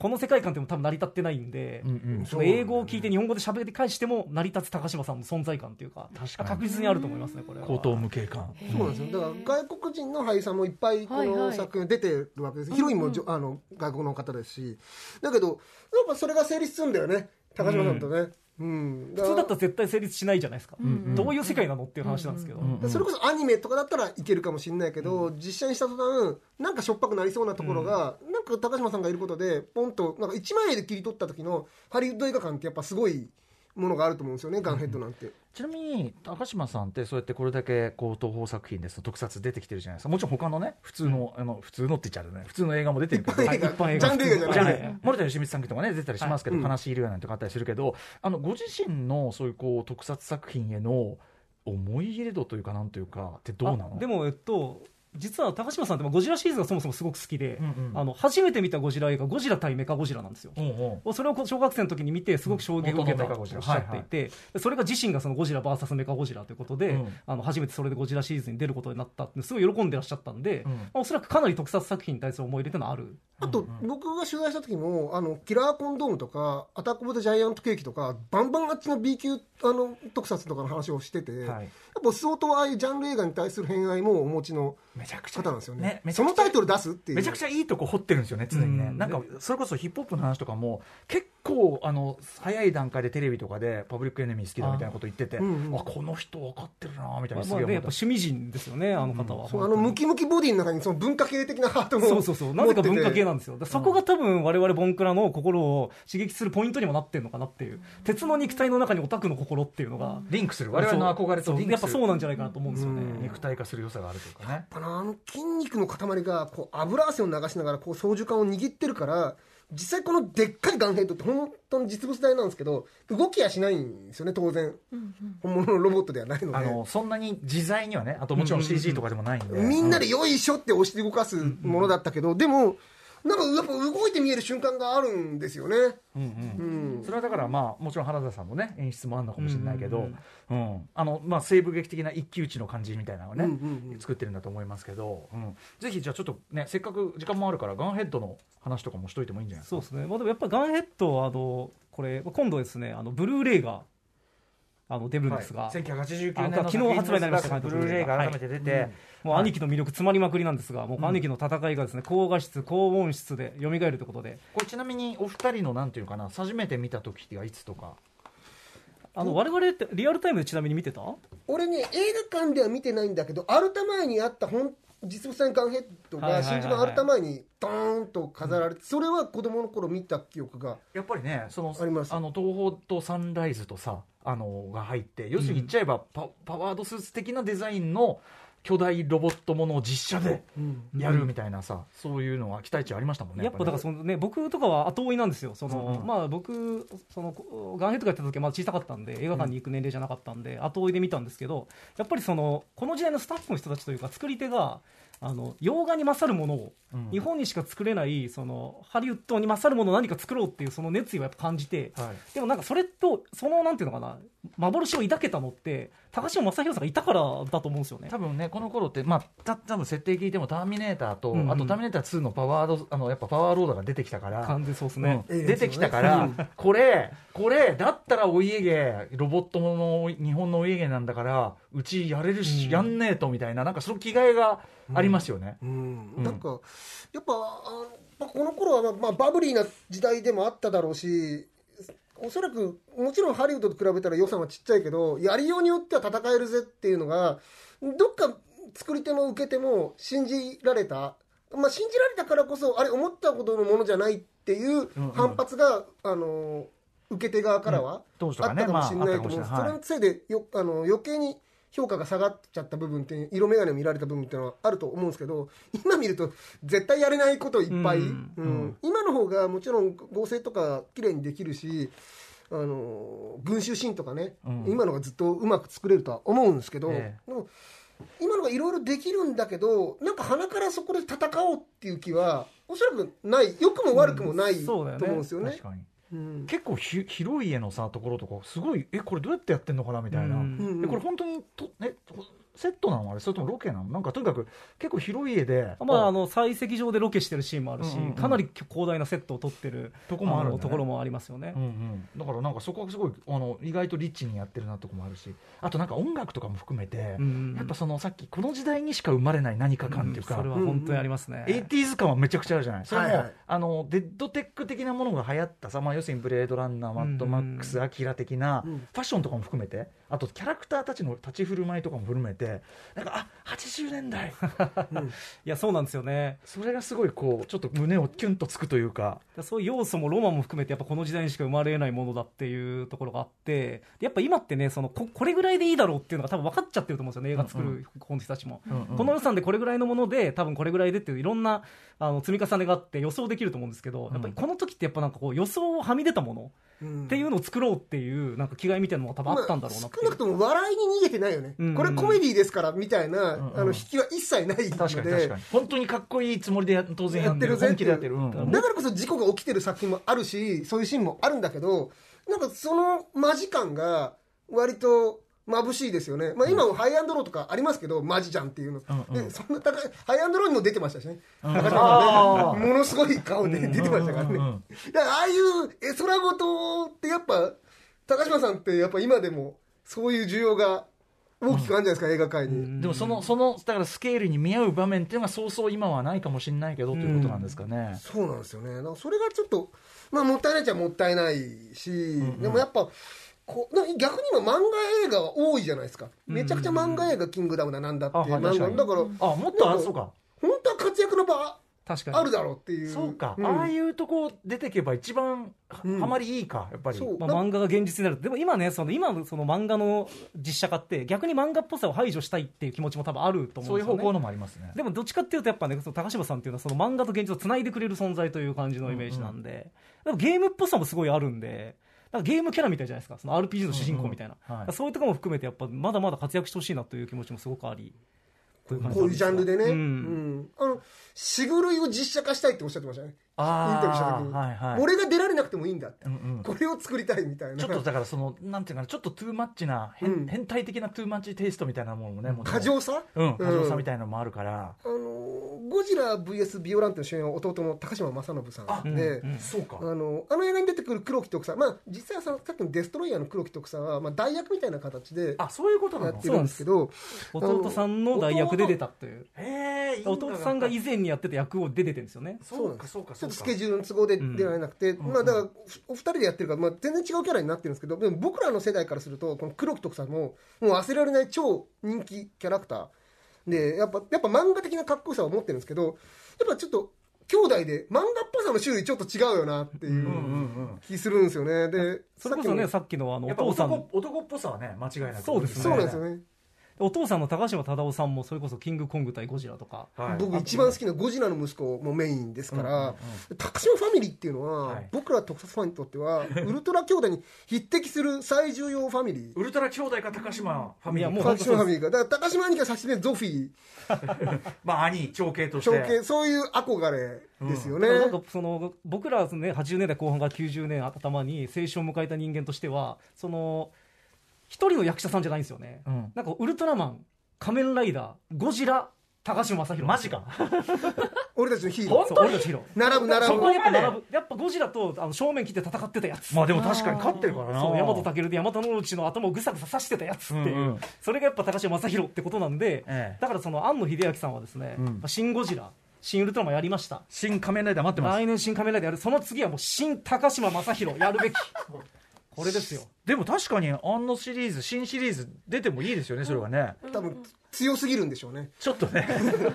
Speaker 5: この世界観っても多分成り立ってないんで、
Speaker 2: うんうん
Speaker 5: その英語を聞いて日本語で喋り返しても成り立つ高島さんの存在感というか、
Speaker 2: 確かに
Speaker 5: 確実にあると思いますね、これは。
Speaker 2: 高等無形感
Speaker 4: そうなんですよだから外国人の俳優さんもいっぱいこ
Speaker 7: はいは
Speaker 4: の
Speaker 7: い
Speaker 4: 作品出てるわけです、ヒロインもじょあの外国の方ですし、だけど、なんかそれが成立するんだよね、高島さんとね。うん
Speaker 5: 普通だったら絶対成立しないじゃないですか、
Speaker 2: ん
Speaker 5: どういう世界なのっていう話なんですけど、
Speaker 2: うん
Speaker 4: それこそアニメとかだったらいけるかもしれないけど、実写にした途端なんかしょっぱくなりそうなところが、なんか高島さんがいることでポンとなんか1枚で切り取った時のハリウッド映画館ってやっぱすごいものがあると思うんですよねガンヘッドなんて、
Speaker 2: ちなみに高島さんってそうやってこれだけこう東宝作品ですと特撮出てきてるじゃないですかもちろん他のね普通の,、あの普通のって言っちゃうとね普通の映画も出てるけど
Speaker 4: 一般映画
Speaker 2: はい
Speaker 4: ジャンル映画じゃない
Speaker 2: ジャンル映画森田芳光さんとかね出てたりしますけど、
Speaker 4: はい
Speaker 2: 悲しい流なんとかあったりするけどあのご自身のそういうこう特撮作品への思い入れ度というかなんというかってどうなの
Speaker 5: あでも、えっと、実は高島さんってまあゴジラシリーズがそもそもすごく好きで、
Speaker 2: うんうん
Speaker 5: あの初めて見たゴジラ映画、ゴジラ対メカゴジラなんですよ。
Speaker 2: うんうん
Speaker 5: それを小学生の時に見てすごく衝撃を受けた
Speaker 2: うん
Speaker 5: とおっしゃっていて、それが自身がそのゴジラ VS メカゴジラということで、
Speaker 2: うん
Speaker 5: あの初めてそれでゴジラシリーズに出ることになったってすごい喜んでらっしゃったんで、
Speaker 2: うん
Speaker 5: まあおそらくかなり特撮作品に対する思い入れというのはある、
Speaker 4: あと、僕が取材した時もあのキラーコンドームとかアタック・オブ・ザ・ジャイアント・ケーキとかバンバンあっちの B 級あの特撮とかの話をしてて、
Speaker 2: はい
Speaker 4: やっぱ相当ああいうジャンル映画に対する偏愛もお持ちの
Speaker 2: めちゃくちゃ
Speaker 4: 方なんですよね
Speaker 2: ねめちゃ
Speaker 4: そ
Speaker 2: くちゃ
Speaker 4: のタイトル出すっていう
Speaker 2: めちゃくちゃいいとこ掘ってるんですよね、常にね、
Speaker 5: うん
Speaker 2: なんかそれこそヒップホップの話とかも、結構あの早い段階でテレビとかで、パブリックエネミー好きだみたいなこと言ってて、あ,、
Speaker 4: あうんうん
Speaker 2: この人分かってるなみたい
Speaker 5: ま
Speaker 2: な、
Speaker 5: あ
Speaker 2: す
Speaker 5: まあ
Speaker 2: げえ
Speaker 5: ね、やっ
Speaker 2: 思
Speaker 5: ぱ
Speaker 2: った
Speaker 5: 趣味人ですよね、あの方は。
Speaker 4: そうあのムキムキボディの中にその文化系的なハートも
Speaker 5: そうそうそうなぜか文
Speaker 4: 持っ
Speaker 5: 化系
Speaker 4: てて
Speaker 5: なんですよ、だからそこが多分我々ボンクラの心を刺激するポイントにもなってるのかなっていう鉄の肉体の中にオタクの心っていうのが
Speaker 2: リンクする、我々の憧れ
Speaker 5: そ
Speaker 2: と
Speaker 5: う
Speaker 2: リン
Speaker 5: や
Speaker 2: クす
Speaker 5: っぱ
Speaker 2: る、
Speaker 5: そうなんじゃないかなと思うんですよね、
Speaker 2: 肉体化する良さがあるというかね。
Speaker 4: やっぱなあの筋肉の塊がこう油汗を流しながらこう操縦桿を握ってるから実際このでっかいガンヘッドって本当に実物大なんですけど動きやしないんですよね当然、本物のロボットではないので
Speaker 2: あのそんなに自在にはね、あともちろん CG とかでもないんで、
Speaker 4: みんなでよいしょって押して動かすものだったけど、でもなんかやっぱ動いて見える瞬間があるんですよね、
Speaker 2: うんうんそれはだから、まあ、もちろん原田さんの、ね、演出もあるのかもしれないけど、うんあのまあ西部劇的な一騎打ちの感じみたいなのをね、
Speaker 4: うんうんうん
Speaker 2: 作ってるんだと思いますけど、うん、ぜひじゃあちょっとねせっかく時間もあるからガンヘッドの話とかもしといてもいいんじゃないです
Speaker 5: そう
Speaker 2: か。
Speaker 5: ですね、まあ、でもやっぱりガンヘッドはあのこれ今度ですねあのブルーレイがあの出るんですが、
Speaker 2: はい、1989
Speaker 5: あ
Speaker 2: 年の
Speaker 5: 昨日発売になりました
Speaker 2: 作品ですがブルーレイが改めて出て、
Speaker 5: もう兄貴の魅力詰まりまくりなんですが、もう兄貴の戦いがですね高画質高音質で蘇るということで
Speaker 2: これちなみにお二人のなんていうかな初めて見た時がいつとか
Speaker 5: あの我々ってリアルタイムでちなみに見てた
Speaker 4: 俺ね映画館では見てないんだけどアルタ前にあった本実物大のガンヘッド
Speaker 5: はい
Speaker 4: が
Speaker 5: はいはいは
Speaker 4: 新
Speaker 5: い
Speaker 4: 宿のアルタ前にドーンと飾られてそれは子供の頃見た記憶が
Speaker 2: やっぱりねその
Speaker 4: あります
Speaker 2: の東宝とサンライズとさあのが入って要するに言っちゃえばパ,、パワードスーツ的なデザインの巨大ロボットものを実写でやるみたいなさ、そういうのは期待値ありましたもんね。
Speaker 5: やっぱだからそのね僕とかは後追いなんですよ、その
Speaker 2: うん
Speaker 5: まあ僕、そのこガンヘッドがやってた時はまだ小さかったんで、映画館に行く年齢じゃなかったんで、後追いで見たんですけど、やっぱりそのこの時代のスタッフの人たちというか、作り手が、あの洋画に勝るものを、
Speaker 2: うん
Speaker 5: 日本にしか作れないその、ハリウッドに勝るものを何か作ろうっていうその熱意はやっぱ感じて、
Speaker 2: はい
Speaker 5: でもなんかそれと、そのなんていうのかな、幻を抱けたのって、高島正宏さんがいたからだと思うんですよね。
Speaker 2: 多分ねこの頃ってまあた多分設定聞いてもターミネーターと、
Speaker 5: うんうん
Speaker 2: あとターミネーター2のパワードあのやっぱパワーローダーが出てきたから。
Speaker 5: 完全そうですね、
Speaker 2: うん出てきたから、これ、これ、だったらお家芸、ロボットもの日本のお家芸なんだから、うちやれるし、
Speaker 5: うん
Speaker 2: やんねえとみたいな、なんかその着替えがありますよね。
Speaker 4: うん、なんか、やっぱ、あまあこの頃はまあ、まあ、バブリーな時代でもあっただろうし、おそらく、もちろんハリウッドと比べたら予算はちっちゃいけど、やりようによっては戦えるぜっていうのが、どっか作り手も受け手も信じられた、まあ、信じられたからこそ、あれ、思ったほどのものじゃないってい
Speaker 2: う
Speaker 4: う
Speaker 2: んうん
Speaker 4: 反発が、あの受け手側からは、
Speaker 2: 当時と
Speaker 4: あ
Speaker 2: か
Speaker 4: っ
Speaker 2: ね
Speaker 4: たかもしれないと
Speaker 2: ま
Speaker 4: 思うんで
Speaker 2: あ
Speaker 4: す、
Speaker 2: あったか
Speaker 4: それ
Speaker 2: も
Speaker 4: のせいでよあの余計に評価が下がっちゃった部分っていう色眼鏡を見られた部分っていうのはあると思うんですけど今見ると絶対やれないこといっぱい、
Speaker 5: うん
Speaker 4: うん
Speaker 2: うん
Speaker 4: 今の方がもちろん合成とか綺麗にできるしあの群衆シーンとかね、
Speaker 2: うん
Speaker 4: 今のがずっとうまく作れるとは思うんですけど、
Speaker 2: え
Speaker 4: でも今のがいろいろできるんだけどなんか鼻からそこで戦おうっていう気はおそらくない良くも悪くもない、
Speaker 5: うん
Speaker 4: と
Speaker 5: そう
Speaker 4: 思
Speaker 5: だ
Speaker 4: う
Speaker 5: よ
Speaker 4: ん
Speaker 5: ね
Speaker 4: ですよね。
Speaker 2: 確かに
Speaker 4: うん
Speaker 2: 結構ひ広い家のさところとかすごいえこれどうやってやってんのかなみたいな、
Speaker 5: うん
Speaker 4: うん
Speaker 2: えこれ本当にとえセットなのあれそれともロケなのなんかとにかく結構広い家で、
Speaker 5: まあ、あの採石場でロケしてるシーンもあるし、
Speaker 2: うんうんうん
Speaker 5: かなり広大なセットを取ってる
Speaker 2: とこもあるんだね
Speaker 5: のところもありますよね
Speaker 2: う。んうん、だからなんかそこはすごいあの意外とリッチにやってるなとこもあるしあとなんか音楽とかも含めて、
Speaker 5: うん
Speaker 2: やっぱそのさっきこの時代にしか生まれない何か感っていうか、
Speaker 5: それは本当にありますね。
Speaker 2: 80s 感はめちゃくちゃあるじゃない、それも、
Speaker 4: はいはい
Speaker 2: あのデッドテック的なものが流行ったさ、まあ、要するにブレードランナー、マッドマック
Speaker 5: う
Speaker 2: ス、
Speaker 5: ん
Speaker 2: アキラ的な、
Speaker 4: うん
Speaker 2: ファッションとかも含めて、あとキャラクターたちの立ち振る舞いとかも含めて、なんか、あ80年代、
Speaker 5: いやそうなんですよね。
Speaker 2: それがすごいこう、ちょっと胸をキュンとつくというか、
Speaker 5: だからそういう要素もロマンも含めてやっぱこの時代にしか生まれないものだっていうところがあって、でやっぱ今ってねそのここれぐらいでいいだろうっていうのが多分分かっちゃってると思うんですよね。映画作るこの人たちも。
Speaker 2: うんうん
Speaker 5: この予算でこれぐらいのもので多分これぐらいでっていういろんなあの積み重ねがあって予想できると思うんですけど、やっぱりこの時ってやっぱなんかこう予想をはみ出たもの
Speaker 4: うん
Speaker 5: っていうのを作ろうっていうなんか気概みたいなのが多分あったんだろうなっていう
Speaker 4: 少なくとも笑いに逃げてないよね、
Speaker 5: うんうん
Speaker 4: これコメディですからみたいな、
Speaker 2: んうん
Speaker 4: あの引きは一切ないので
Speaker 2: 確かに確かに、本当にかっこいいつもりでや当然やってる、
Speaker 4: や
Speaker 2: 本
Speaker 4: って
Speaker 2: 気で
Speaker 4: るぜ
Speaker 2: や
Speaker 4: っ
Speaker 2: ってて
Speaker 4: いう
Speaker 2: る、うん
Speaker 4: だからこそ事故が起きてる作品もあるしそういうシーンもあるんだけどなんかその間近が割と眩しいですよね、まあ、今もハイアンドローとかありますけどマジじゃんっていうの、
Speaker 2: うんうん
Speaker 4: でそんな高いハイアンドローにも出てましたしね、
Speaker 2: あー
Speaker 4: ものすごい顔で出てましたからね、
Speaker 2: うんうんうんうん
Speaker 4: だからああいう絵空事ってやっぱ高島さんってやっぱ今でもそういう需要が大きくあるんじゃないですか、映画界に。
Speaker 2: でもそのそのだからスケールに見合う場面っていうのがそうそう今はないかもしれないけどということなんですかね。
Speaker 4: そうなんですよね。だからそれがちょっと、まあ、もったいないっちゃもったいないし、でもやっぱ、こうな逆に今漫画映画は多いじゃないですか。めちゃくちゃ漫画映画、キングダムだなんだって、
Speaker 2: あはい
Speaker 4: 漫画。
Speaker 2: 確
Speaker 4: だ
Speaker 2: か
Speaker 4: から
Speaker 2: に、あもっとあそうか
Speaker 4: 本当は活躍の場
Speaker 5: 確かに
Speaker 4: あるだろうっていう。
Speaker 2: そうか、
Speaker 4: ん
Speaker 2: ああいうとこ出てけば一番は,、
Speaker 4: うん
Speaker 2: まりいいかやっぱり
Speaker 4: そう
Speaker 5: まあ、漫画が現実になるでも今ねその今のその漫画の実写化って逆に漫画っぽさを排除したいっていう気持ちも多分あると思
Speaker 2: そううんい
Speaker 5: で
Speaker 2: う方
Speaker 5: すよね
Speaker 2: 向のもありますね
Speaker 5: でもどっちかっていうとやっぱねその高島さんっていうのはその漫画と現実をつないでくれる存在という感じのイメージなんで,、でもゲームっぽさもすごいあるんでなんかゲームキャラみたいじゃないですかその RPG の主人公みたいな、
Speaker 2: うんうんはい
Speaker 5: だからそういうところも含めてやっぱまだまだ活躍してほしいなという気持ちもすごくありこういう感
Speaker 4: こういうジャンルでね。
Speaker 5: う
Speaker 4: うんん。あの、しぐるいを実写化したいっておっしゃってましたね。インタビューした時に。
Speaker 2: はいはい
Speaker 4: 俺が出られなくてもいいんだって。
Speaker 2: うんうん
Speaker 4: これを作りたいみたいな。
Speaker 2: ちょっとだからそのなんていうかなちょっとトゥーマッチな、変
Speaker 4: うん
Speaker 2: 変態的なトゥーマッチテイストみたいなものもねもちろん
Speaker 4: 過剰さ
Speaker 2: うん過剰さみたいなのもあるから、
Speaker 4: あのゴジラ VS ビオランテの主演は弟の高島正信さんで、
Speaker 2: そうか
Speaker 4: あのあの映画に出てくる黒木徳さん、まあ、実際はささっきの「デストロイヤー」の黒木徳さんは、まあ、代役みたいな形でや
Speaker 2: あそういうことなの
Speaker 4: ってるんですけど
Speaker 5: 弟さんの代役で出たっていう
Speaker 2: へえ
Speaker 5: 弟さんが以前にやってた役を出ててるんですよね
Speaker 2: そうかそうか
Speaker 4: ち
Speaker 2: そうか
Speaker 4: ょっとスケジュールの都合で出られなくて、まあ、だからおお二人でやってるから、まあ、全然違うキャラになってるんですけどでも僕らの世代からするとこの黒木徳さんももう忘れられない超人気キャラクターでやっぱやっぱ漫画的なかっこよさを持ってるんですけどやっぱちょっと兄弟で漫画っぽさの種類ちょっと違うよなっていう
Speaker 2: うんうんうん
Speaker 4: 気するんですよね。で
Speaker 5: それこそね
Speaker 4: さっ
Speaker 5: さっきのあの
Speaker 2: や
Speaker 5: お
Speaker 2: っぱ
Speaker 5: 父さん
Speaker 2: 男男っぽさはね間違いなく
Speaker 5: そうです
Speaker 4: き
Speaker 5: ね
Speaker 4: そうなんですよね
Speaker 5: お父さんの高島忠夫さんもそれこそ「キングコング対ゴジラ」とか
Speaker 2: はい
Speaker 4: 僕一番好きなゴジラの息子もメインですから、高島ファミリーっていうのは、
Speaker 2: はい
Speaker 4: 僕ら特撮ファンにとってはウルトラ兄弟に匹敵する最重要ファミリー
Speaker 2: ウルトラ兄弟か高島ファミリ
Speaker 5: いや
Speaker 2: ー
Speaker 5: もう
Speaker 4: 高島ファミリーがだから高島兄貴は差しでゾフィー
Speaker 2: まあ兄長兄として
Speaker 4: 象形そういう憧れですよね、
Speaker 5: なんかその僕らはね80年代後半から90年頭に青春を迎えた人間としてはその一人の役者さんじゃないんですよね、
Speaker 2: うん
Speaker 5: なんかウルトラマン仮面ライダーゴジラ高島正宏
Speaker 2: マジか
Speaker 4: 俺たちのヒーロ
Speaker 5: 本
Speaker 4: ー
Speaker 5: 当にヒーロー
Speaker 4: 並ぶ並
Speaker 5: そ
Speaker 4: ぶ
Speaker 5: こはやっぱ並ぶやっぱゴジラとあの正面切って戦ってたやつ
Speaker 2: まあでも確かに勝ってるからな
Speaker 5: そう大和健で大和のうちの頭をぐさぐさ刺してたやつっていう、
Speaker 2: うんうん
Speaker 5: それがやっぱ高島正宏ってことなんで、
Speaker 2: ええ
Speaker 5: だからその庵野秀明さんはですね「
Speaker 2: ん
Speaker 5: やっぱシン・ゴジラ」「シン・ウルトラマン」やりました
Speaker 2: 新仮面ライダー待ってます
Speaker 5: 来年新仮面ライダーやるその次はもう新高島正宏やる べきこれですよ
Speaker 2: でも確かにあのシリーズ新シリーズ出てもいいですよねそれがね
Speaker 4: 多分強すぎるんでしょうね
Speaker 2: ちょっとね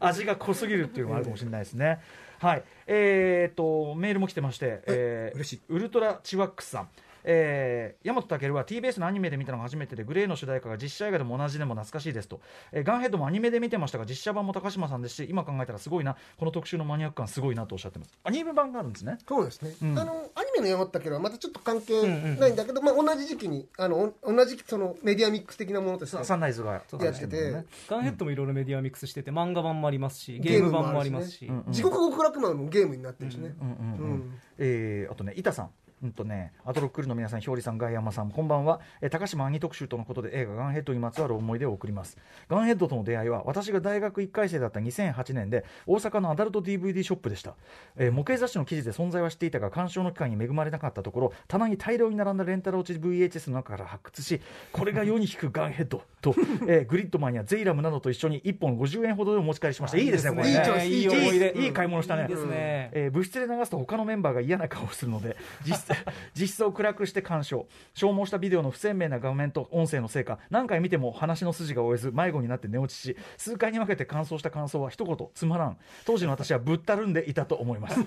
Speaker 2: 味が濃すぎるっていうのもあるかもしれないですねはいえー、とメールも来てまして、えー
Speaker 4: 嬉しい
Speaker 2: ウルトラチワックスさんえー、大和健は TBS のアニメで見たのが初めてでグレーの主題歌が実写映画でも同じでも懐かしいですと、えーガンヘッドもアニメで見てましたが実写版も高島さんですし今考えたらすごいなこの特集のマニアック感すごいなとおっしゃってますアニメ版があるんですね
Speaker 4: そうですね、
Speaker 2: ん
Speaker 4: あのアニメの山ったけはまたちょっと関係ないんだけど、まあ、同じ時期にあのお同じそのメディアミックス的なものとして
Speaker 2: サンライズが
Speaker 4: やってて、
Speaker 5: ガンヘッドもいろいろメディアミックスしてて漫画版もありますしゲーム版もありますし
Speaker 4: ゲームもあるしね地獄極楽丸のゲームになってるしね、
Speaker 2: うんうんう
Speaker 4: うんん
Speaker 2: えーあとね、板さん。うんとね、アトロックルの皆さん、ひょうりさん、ガイヤマさん、こんばんは、えー高島兄特集とのことで映画「ガンヘッド」にまつわる思い出を送りますガンヘッドとの出会いは私が大学1回生だった2008年で大阪のアダルト DVD ショップでした、えー模型雑誌の記事で存在は知っていたが鑑賞の機会に恵まれなかったところ棚に大量に並んだレンタル落ち VHS の中から発掘しこれが世に引くガンヘッドと、 えーグリッドマンやゼイラムなどと一緒に1本50円ほどでお持ち帰りしましたいいですねこれね
Speaker 4: いいチョイス
Speaker 5: いい思い出
Speaker 2: いいいい買い物したね
Speaker 5: いいですね、
Speaker 2: えー物質で流すと他のメンバーが嫌な顔をするの で実質実質を暗くして鑑賞消耗したビデオの不鮮明な画面と音声のせいか何回見ても話の筋が追えず迷子になって寝落ちし数回に分けて感想した感想は一言つまらん当時の私はぶったるんでいたと思います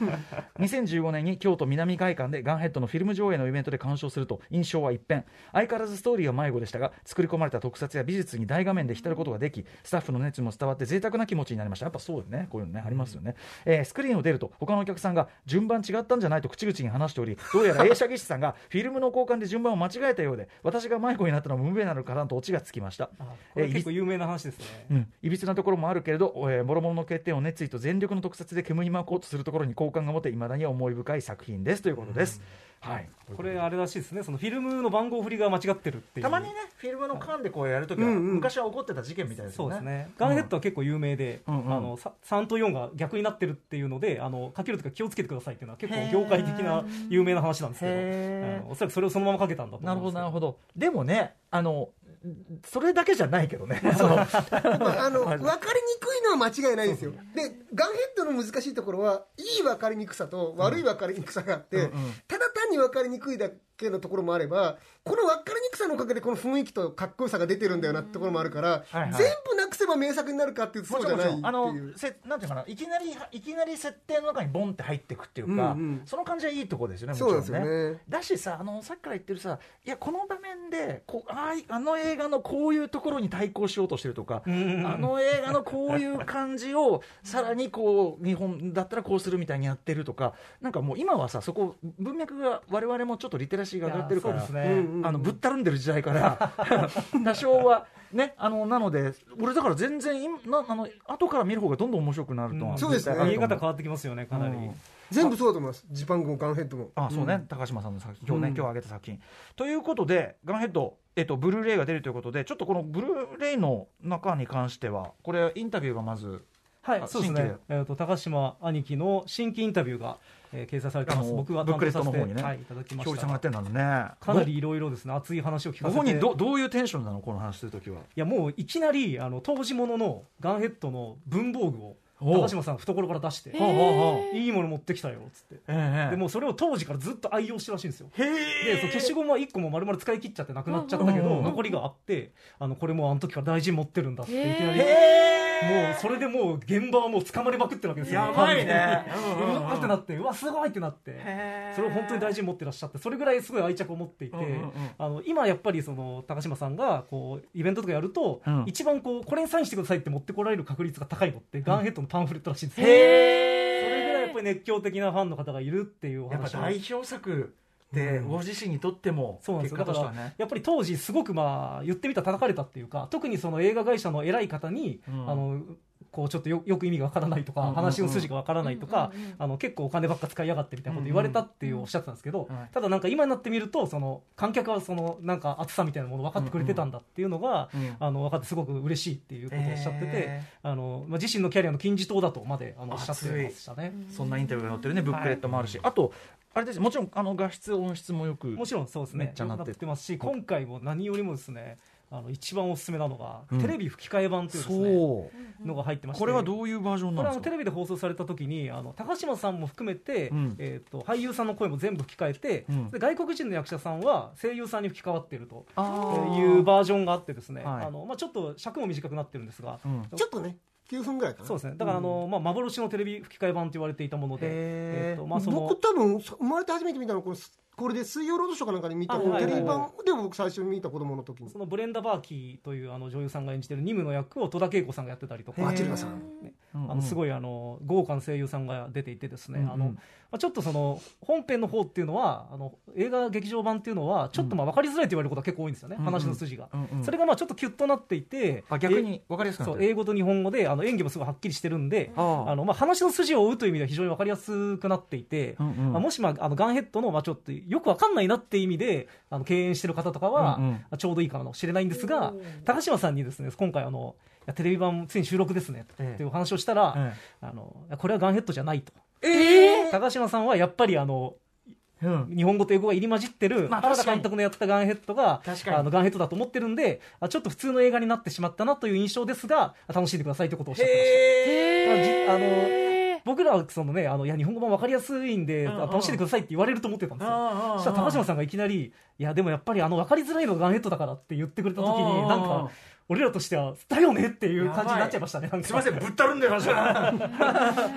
Speaker 2: 2015年に京都南会館でガンヘッドのフィルム上映のイベントで鑑賞すると印象は一変相変わらずストーリーは迷子でしたが作り込まれた特撮や美術に大画面で浸ることができスタッフの熱意も伝わって贅沢な気持ちになりましたやっぱそうよねこういうのねありますよね、えースクリーンを出ると他のお客さんが順番違ったんじゃないと口々に話しておりどうやら映写技師さんがフィルムの交換で順番を間違えたようで私が迷子になったのも無名なのかなとオチがつきました
Speaker 5: あこれ結構有名な話ですね、
Speaker 2: うんいびつなところもあるけれど、えー、諸々の欠点を熱意と全力の特撮で煙に巻こうとするところに好感が持ていまだに思い深い作品ですということです、はい
Speaker 5: これあれらしいですねそのフィルムの番号振りが間違ってるっていう
Speaker 2: たまにねフィルムの缶でこうやるときは、
Speaker 4: うんうん
Speaker 2: 昔は起こってた事件みたいです
Speaker 5: そ
Speaker 2: よ
Speaker 5: う
Speaker 2: ね
Speaker 5: ですね、ガンヘッドは結構有名で、
Speaker 2: うんうん
Speaker 5: あのさ3と4が逆になってるっていうのであのかけるとか気をつけてくださいっていうのは結構業界的な有名な話なんですけど、
Speaker 2: へー
Speaker 5: うんおそらくそれをそのままかけたんだと思
Speaker 2: な
Speaker 5: う
Speaker 2: るほど
Speaker 5: んですけ
Speaker 2: なるほどでもねあのそれだけじゃないけどね その
Speaker 4: まあ、あの分かりにくいのは間違いないですよでガンヘッドの難しいところはいい分かりにくさと悪い分かりにくさがあって、ただ単に分かりにくいだけのところもあればこの分かりにくさのおかげでこの雰囲気とかっこよさが出てるんだよなってところもあるから、
Speaker 2: はいはい
Speaker 4: 全部なくせば名作になるかっていうと
Speaker 2: も
Speaker 4: そう
Speaker 2: ち
Speaker 4: じ
Speaker 2: ろ
Speaker 4: ゃ
Speaker 2: んも
Speaker 4: な
Speaker 2: ち
Speaker 4: いっ
Speaker 2: ろんあの
Speaker 4: ていう。
Speaker 2: せなんていうかないきなりいきなり設定の中にボンって入ってくっていうか、
Speaker 4: うんうん
Speaker 2: その感じはいいとこですよねもち
Speaker 4: そう
Speaker 2: ろ
Speaker 4: な
Speaker 2: ん
Speaker 4: んです
Speaker 2: ね
Speaker 4: よね
Speaker 2: だしさあのさっきから言ってるさいやこの場面でこうあーあの映画のこういうところに対抗しようとしてるとか、あの映画のこういう感じをさらにこう日本だったらこうするみたいにやってるとかなんかもう今はさそこ文脈が我々もちょっとリテラシーが上がってるから
Speaker 5: いやーそうですね
Speaker 2: あのぶったるんでる時代から 多少はねあのなので俺だから全然今なあの後から見る方がどんどん面白くなるとは、
Speaker 5: うん
Speaker 4: そうですね
Speaker 2: 絶対あ
Speaker 5: 見
Speaker 2: る
Speaker 5: え
Speaker 2: と思う
Speaker 5: 方変わってきますよねかなり、
Speaker 2: うん
Speaker 4: 全部そうだと思いますジパングもガンヘッドも
Speaker 2: あそうね、高島さんの作品、今日ね、今日挙げた作品。ということで、ガンヘッド、えっと、ブルーレイが出るということで、ちょっとこのブルーレイの中に関しては、これ、インタビューがまず、
Speaker 5: はい
Speaker 2: あ
Speaker 5: そうで
Speaker 2: 新
Speaker 5: すね
Speaker 2: 規、
Speaker 5: えー、と高島兄貴の新規インタビューが、えー掲載されてま
Speaker 2: あ
Speaker 5: す
Speaker 2: の
Speaker 5: 僕が
Speaker 2: ブックレットの
Speaker 5: 担
Speaker 2: 方
Speaker 5: 当させて
Speaker 2: にね
Speaker 5: はい、いただきま
Speaker 2: ひょう
Speaker 5: し
Speaker 2: りさ
Speaker 5: た
Speaker 2: んがやってんだね。
Speaker 5: かなりいろいろですね熱い話を
Speaker 2: ご。
Speaker 5: 聞か
Speaker 2: ご
Speaker 5: せ
Speaker 2: 本
Speaker 5: て
Speaker 2: 人ど、どういうテンションなの、この話するときは。
Speaker 5: いやもういきなりあの当時もののガンヘッドの文房具を
Speaker 2: おう
Speaker 5: 高島さん懐から出して
Speaker 2: ほうほうほう
Speaker 5: いいもの持ってきたよっつって
Speaker 2: ええ
Speaker 5: でもうそれを当時からずっと愛用してるらしいんですよ
Speaker 2: へ
Speaker 5: でそ
Speaker 2: え
Speaker 5: の消しゴムは1個も丸々使い切っちゃってなくなっちゃったけ
Speaker 2: うんうんう
Speaker 5: ど
Speaker 2: ん
Speaker 5: 残りがあってあのこれもうあの時から大事に持ってるんだっていきなり
Speaker 2: へえ
Speaker 5: もうそれでもう現場はもう掴まれまくってるわけですよ
Speaker 2: やばいね
Speaker 5: ファンにうわーってなってうわすごいってなってそれを本当に大事に持ってらっしゃってそれぐらいすごい愛着を持っていて、
Speaker 2: うんうんうん
Speaker 5: あの今やっぱりその高島さんがこうイベントとかやると、
Speaker 2: うん
Speaker 5: 一番こうこれにサインしてくださいって持ってこられる確率が高いのって、ガンヘッドのパンフレットらしいんですよそれぐらいやっぱり熱狂的なファンの方がいるっていうお
Speaker 2: やっぱ
Speaker 5: 話を
Speaker 2: 代表作でご自身にとっても
Speaker 5: そうなんで
Speaker 2: 結
Speaker 5: すよだ
Speaker 2: 果
Speaker 5: か
Speaker 2: としては
Speaker 5: ら
Speaker 2: ね
Speaker 5: やっぱり当時すごくまあ言ってみたら叩かれたっていうか特にその映画会社の偉い方に、
Speaker 2: うん
Speaker 5: あのこうちょっとよよく意味がわからないとか、
Speaker 2: うんうんうん
Speaker 5: 話の筋がわからないとか、あの結構お金ばっか使いやがってみたいなこと言われたっていうおっしゃってたんですけど、
Speaker 2: うんはい
Speaker 5: ただなんか今になってみるとその観客はそのなんか熱さみたいなもの分かってくれてたんだっていうのが、
Speaker 2: うん
Speaker 5: あの分かってすごく嬉しいっていうことをおっしゃってて、
Speaker 2: え
Speaker 5: あのまあ、自身のキャリアの金字塔だとまであのおっしゃってましたね。
Speaker 2: そんなインタビューが載ってるねブックレットもあるしあとあれですもちろんあの画質音質もよく
Speaker 5: もちろんそうです
Speaker 2: め
Speaker 5: ね
Speaker 2: っちゃなって
Speaker 5: よくますし今回も何よりもですねあの一番おすすめなのが、
Speaker 2: うん
Speaker 5: テレビ吹き替え版というです、ね、
Speaker 2: そう
Speaker 5: のが入ってまして
Speaker 2: これはどういうバージョン
Speaker 5: こ
Speaker 2: な
Speaker 5: れ
Speaker 2: んで
Speaker 5: はあ
Speaker 2: す
Speaker 5: の
Speaker 2: か
Speaker 5: テレビで放送された時にあの高島さんも含めて、
Speaker 2: うん
Speaker 5: えー、と俳優さんの声も全部吹き替えて、
Speaker 2: うん
Speaker 5: で外国人の役者さんは声優さんに吹き替わっていると
Speaker 2: あ
Speaker 5: いうバージョンがあってですね、
Speaker 2: はい
Speaker 5: あのまあ、ちょっと尺も短くなってるんですが、
Speaker 2: うん
Speaker 4: ちょっとね9分ぐらいかな
Speaker 5: そうですねだからあの、まあ、幻のテレビ吹き替え版と言われていたもので、
Speaker 2: へー
Speaker 5: えーとまあ、その
Speaker 4: 僕多分生まれて初めて見たのこれこれで水曜ロードショーかなんかで見た
Speaker 5: あ
Speaker 4: テ
Speaker 5: はい
Speaker 4: レビ版で僕最初に見た子供の時に
Speaker 5: そのブレンダ・バーキーというあの女優さんが演じてるニムの役を戸田恵子さんがやってたりとか、
Speaker 4: バチルガさん
Speaker 5: あのす
Speaker 2: い
Speaker 5: ごいあの豪華な声優さんが出ていてです
Speaker 2: う
Speaker 5: ね、
Speaker 2: んうん
Speaker 5: あのまあ、ちょっとその本編の方っていうのはあの映画劇場版っていうのはちょっとまあ分かりづらいと言われることが結構多いんですよね、
Speaker 2: うんうん
Speaker 5: 話の筋が、
Speaker 2: うんうん
Speaker 5: それがまあちょっとキュッとなっていて
Speaker 2: あ逆に分かりやす
Speaker 5: え
Speaker 2: くな
Speaker 5: そ
Speaker 2: っ
Speaker 5: う
Speaker 2: てる
Speaker 5: 英語と日本語であの演技もすごいはっきりしてるんで、
Speaker 2: あー
Speaker 5: あのまあ、話の筋を追うという意味では非常に分かりやすくなっていて、
Speaker 2: うんうん
Speaker 5: まあ、もし、まあ、あのガンヘッドの、まあ、ちょっとよく分かんないなっていう意味であの敬遠してる方とかは、
Speaker 2: うんうん
Speaker 5: あちょうどいいかもしれないんですが高島さんにですね今回あのいやテレビ版ついに収録ですねと、
Speaker 2: ええ
Speaker 5: っていうお話をしたら、
Speaker 2: え
Speaker 5: あのいやこれはガンヘッドじゃないと
Speaker 2: え
Speaker 5: 高島さんはやっぱりあの
Speaker 2: うん
Speaker 5: 日本語と英語が入り混じってる
Speaker 2: まあ
Speaker 5: 原田
Speaker 2: 確かに
Speaker 5: 監督のやったガンヘッドが
Speaker 2: 確かに
Speaker 5: あのガンヘッドだと思ってるんであちょっと普通の映画になってしまったなという印象ですがあ楽しんでくださいということをおっしゃってました。あの僕らはそのねあのいや日本語版分かりやすいんで、
Speaker 2: んうん
Speaker 5: 楽しんでくださいって言われると思ってたんですよ、
Speaker 2: うんうんうん
Speaker 5: そしたら高島さんがいきなり「いやでもやっぱりあの分かりづらいのがガンヘッドだから」って言ってくれた時
Speaker 2: うんうん
Speaker 5: に
Speaker 2: うん
Speaker 5: なんか俺らとしては「だよね」っていう感じになっちゃいましたね
Speaker 2: すいません
Speaker 5: ん
Speaker 2: ぶったるんでました
Speaker 5: か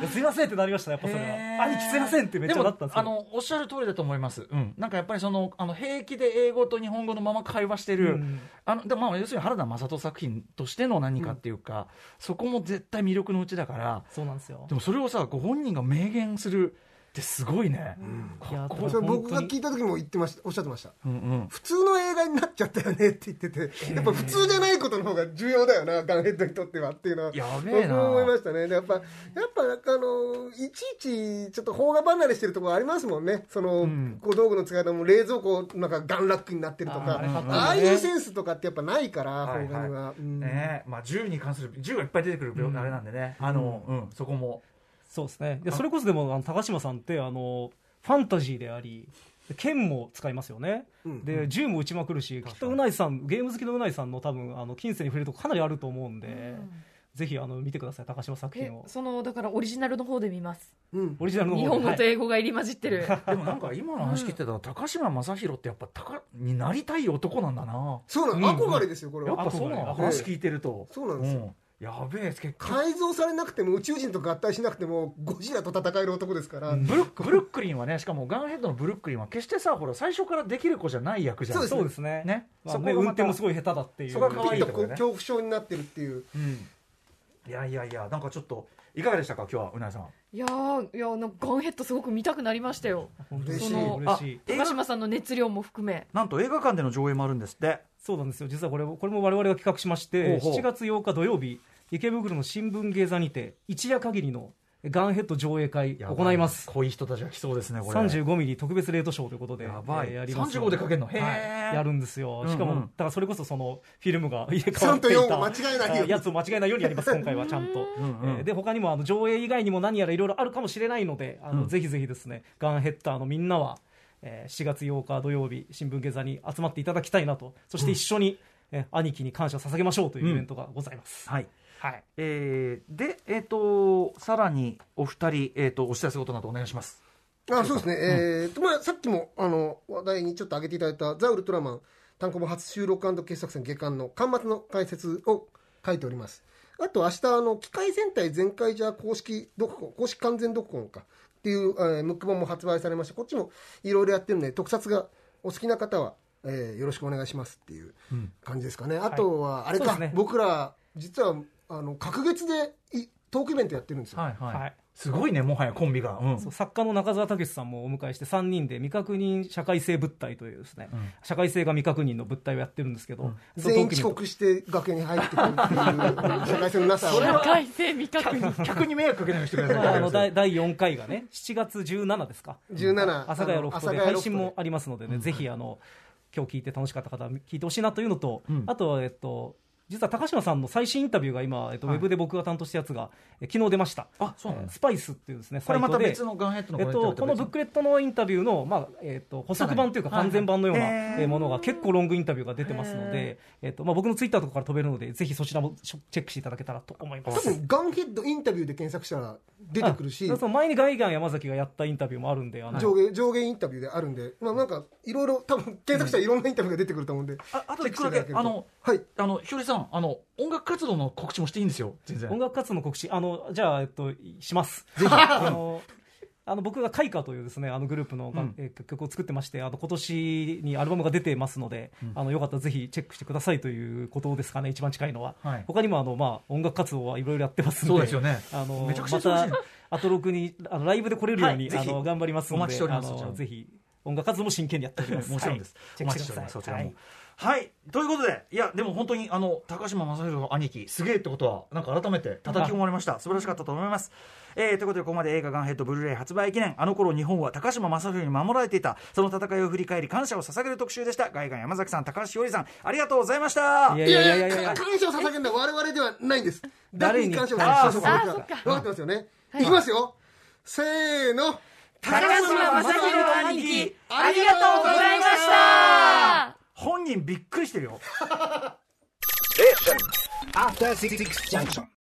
Speaker 5: すいませんってなりましたねやっぱそれは兄貴すいませんってめっちゃなったんです
Speaker 2: でも
Speaker 5: けど
Speaker 2: あのおっしゃる通りだと思います、うん、なんかやっぱりそのあの平気で英語と日本語のまま会話してる、
Speaker 5: うん
Speaker 2: あのでまあ要するに原田雅人作品としての何かっていうか、そこも絶対魅力のうちだから
Speaker 5: そうなんですよ
Speaker 2: でもそれをさご本人が明言するってすごいね、かっこいい
Speaker 4: それ僕が
Speaker 5: 本当
Speaker 4: 聞いた時も言ってましたおっしゃってました
Speaker 2: うんうん
Speaker 4: 普通の映画になっちゃったよねって言っててやっぱ普通じゃないことの方が重要だよなガンヘッドにとってはっていうのは
Speaker 2: やべえ
Speaker 4: 僕
Speaker 2: な
Speaker 4: も思いましたねでやっぱやっぱなんかあのいちいちちょっと邦画離れしてるところありますもんねその、
Speaker 2: ん
Speaker 4: 小道具の使い方も冷蔵庫なんかガンラックになってるとか
Speaker 5: あーあ
Speaker 4: あ
Speaker 5: れかっこいいね
Speaker 4: あいうセンスとかってやっぱないから邦画には、うん
Speaker 2: ねえまあ、銃に関する銃がいっぱい出てくる病、あれなんでねあの、うん、そこも
Speaker 5: そうですねでそれこそでもあの高島さんってあのファンタジーでありで剣も使いますよね、
Speaker 4: ん
Speaker 5: で銃も撃ちまくるしきっとうないさんゲーム好きのうないさんの多分あの近世に触れるとこかなりあると思うんで、ぜひあの見てください高島作
Speaker 7: え
Speaker 5: 品を
Speaker 7: そのだからオリジナルの方で見ます
Speaker 4: うん
Speaker 5: オリジナルの方
Speaker 7: 日
Speaker 5: で
Speaker 7: 本語と
Speaker 5: はい
Speaker 7: 英語が入り混じってる
Speaker 2: でもなんか今の話聞いてたら、高島正宏ってやっぱ高になりたい男なんだな
Speaker 4: そうなの、憧れですよこれ
Speaker 2: やっ
Speaker 4: は
Speaker 2: ぱそうなの話聞いてると、
Speaker 4: そうなんですよ
Speaker 2: んやべえ結構
Speaker 4: 改造されなくても宇宙人と合体しなくてもゴジラと戦える男ですから、
Speaker 2: ブルッ クブルックリンはねしかもガンヘッドのブルックリンは決してさほら最初からできる子じゃない役じゃん
Speaker 4: そう
Speaker 5: そうですね
Speaker 2: ね
Speaker 5: まあ
Speaker 2: そこが
Speaker 5: ね
Speaker 2: また
Speaker 5: 運転もすごい下手だっていう
Speaker 2: そこが可愛い
Speaker 4: ピンと
Speaker 2: とこ
Speaker 4: こ
Speaker 2: ろね
Speaker 4: う恐怖症になってるっていう
Speaker 2: うんいやいやいやなんかちょっといかがでしたか今日はうなえさん
Speaker 7: いやーいやなんかガンヘッドすごく見たくなりましたよ
Speaker 5: 本当に
Speaker 4: 嬉しい
Speaker 5: その嬉しい
Speaker 2: 映
Speaker 7: 高
Speaker 2: 画
Speaker 7: 島さんの熱量も含め
Speaker 2: なんと映画館での上映もあるんですって
Speaker 5: そうなんですよ実はこれもこれも我々が企画しまし
Speaker 2: ほう
Speaker 5: て
Speaker 2: ほう
Speaker 5: 7月8日土曜日池袋の新聞芸座にて一夜限りのガンヘッド上映会
Speaker 2: やば
Speaker 5: 行います
Speaker 2: 濃い人たちが来そうですねこれ
Speaker 5: 35ミリ特別レートショーということで、
Speaker 2: やばい
Speaker 5: えーやりますの
Speaker 2: 35でかけんのへー
Speaker 5: はいやるんですよしかも、
Speaker 2: うんうん
Speaker 5: だからそれこそそのフィルムが入れ替わ
Speaker 4: 3
Speaker 5: っ
Speaker 4: と
Speaker 5: てい
Speaker 4: 4
Speaker 5: た
Speaker 4: を間違えないよう
Speaker 5: あ
Speaker 4: に
Speaker 5: やつを間違えないようにやります今回はちゃんと、
Speaker 2: うんうん
Speaker 5: えーで他にもあの上映以外にも何やらいろいろあるかもしれないのであの、ぜひぜひですねガンヘッダーのみんなは、えー4月8日土曜日新聞下座に集まっていただきたいなとそして一緒に、えー兄貴に感謝を捧げましょうというイベントがございます、
Speaker 2: はい
Speaker 5: はい
Speaker 2: えーでえっ、とさらにお二人えっ、とお知らせことなどお願いします
Speaker 4: あそうですね、えーとまあ、さっきもあの話題にちょっと挙げていただいた「ザ・ウルトラマン」単行本初収録傑作選下巻の巻末の解説を書いておりますあと明日あの機械戦隊全開じゃ公式読本公式完全読本かっていう、えームック本も発売されましたこっちもいろいろやってるんで特撮がお好きな方は、えーよろしくお願いしますっていう感じですかね、あとはあれか、
Speaker 5: そうですね
Speaker 4: 僕ら実はあの隔月でいトークイベントやってるんですよ、
Speaker 7: はいはい、
Speaker 5: はい
Speaker 7: すごいねもはやコンビが、うん
Speaker 5: そう作家の中澤武さんもお迎えして3人で未確認社会性物体というですね、社会性が未確認の物体をやってるんですけど、そう
Speaker 4: 全員
Speaker 5: トークイベント
Speaker 4: 遅刻して楽屋に入ってくるっていう社会性のなさを
Speaker 3: 社会性未確認
Speaker 7: 客に迷惑かけないようにしてくだ
Speaker 5: まあ
Speaker 7: さい
Speaker 5: あの第第4回がね7月17ですか
Speaker 4: 17
Speaker 5: 朝ヶ谷ロフトで
Speaker 4: あの
Speaker 5: 配信もありますのでね、ぜひあの今日聞いて楽しかった方は聞いてほしいなというのと、あと、えっと、実は高島さんの最新インタビューが今、えっと、ウェブで僕が担当したやつが、え昨日出ました。
Speaker 7: あそうな
Speaker 5: え
Speaker 7: んで
Speaker 5: ー
Speaker 7: す
Speaker 5: スパイスっていうですね、
Speaker 7: これまた
Speaker 5: サイトで
Speaker 7: 別のガンヘッドの
Speaker 5: えっと、このブックレットのインタビューの、まあえっと、補足版というか
Speaker 7: はい
Speaker 5: 完全版のよう
Speaker 7: はい
Speaker 5: な
Speaker 7: へー
Speaker 5: えものが結構ロングインタビューが出てますので、えっとまあ、僕のツイッターとかから飛べるのでぜひそちらもチェックしていただけたらと思いま
Speaker 4: 多
Speaker 5: す。
Speaker 4: 分ガンヘッドインタビューで検索したら出てくるし
Speaker 5: あそう前にガイガン山崎がやったインタビューもあるんで、あの
Speaker 4: 上下上下インタビューであるんで、まあ、なんかいろいろ多分検索したらいろんなインタビューが出てくると思うんで、
Speaker 7: ああと
Speaker 4: チェ
Speaker 7: で
Speaker 4: ック
Speaker 7: 一
Speaker 4: し
Speaker 7: 個
Speaker 4: ていただ
Speaker 7: だ
Speaker 4: け
Speaker 7: け
Speaker 4: ると
Speaker 7: あの
Speaker 4: はい
Speaker 7: あのひよりさんあの音楽活動の告知もしていいんですよ全然
Speaker 5: 音楽活動の告知あのじゃあ、えっと、します。あのあの僕がカイカというですねあのグループのが、
Speaker 7: うん
Speaker 5: えー曲を作ってましてあの今年にアルバムが出てますので、あのよかったらぜひチェックしてくださいということですかね一番近いのは、
Speaker 7: はい
Speaker 5: 他にもあのまあ音楽活動はいろいろやってますので
Speaker 7: そうですよね
Speaker 5: あの
Speaker 7: めちゃくちゃ
Speaker 5: ま
Speaker 7: 忙し
Speaker 5: た
Speaker 7: いね
Speaker 5: アトロクにあのライブで来れるように、
Speaker 7: はいぜ
Speaker 5: あ
Speaker 7: ひ
Speaker 5: の頑張りますので
Speaker 7: お待ちしております
Speaker 5: あ
Speaker 7: そちら
Speaker 5: の
Speaker 7: も
Speaker 5: ぜひ音楽活動も真剣にやっております
Speaker 7: もちろんです、
Speaker 5: はい、
Speaker 7: お
Speaker 5: チェック
Speaker 7: 待ち
Speaker 5: し
Speaker 7: し
Speaker 5: く
Speaker 7: てて
Speaker 5: ださい
Speaker 7: おりますそちら
Speaker 5: は
Speaker 7: も
Speaker 5: い
Speaker 7: はい、ということでいやでも本当にあの高島正宏の兄貴すげえってことはなんか改めて叩き込まれました素晴らしかったと思います、えーということでここまで映画「ガンヘッドブルーレイ」発売記念あの頃日本は高島正宏に守られていたその戦いを振り返り感謝を捧げる特集でした外観山崎さん高橋しおりさんありがとうございました
Speaker 5: いや
Speaker 4: い
Speaker 5: い
Speaker 4: や
Speaker 5: や
Speaker 4: い
Speaker 5: い
Speaker 4: や
Speaker 5: や
Speaker 4: い
Speaker 5: い
Speaker 4: や
Speaker 5: やいや
Speaker 4: 感謝を捧げるのは我々ではないんです誰
Speaker 5: 誰に
Speaker 4: に感謝を
Speaker 7: あ
Speaker 4: 捧げ
Speaker 7: ーそ
Speaker 4: る
Speaker 7: う
Speaker 4: か
Speaker 7: か
Speaker 4: 分かってますよね、い、きますよせーの
Speaker 7: 高島正宏の兄貴ありがとうございました本人びっくりしてるよ
Speaker 8: After Six Junction.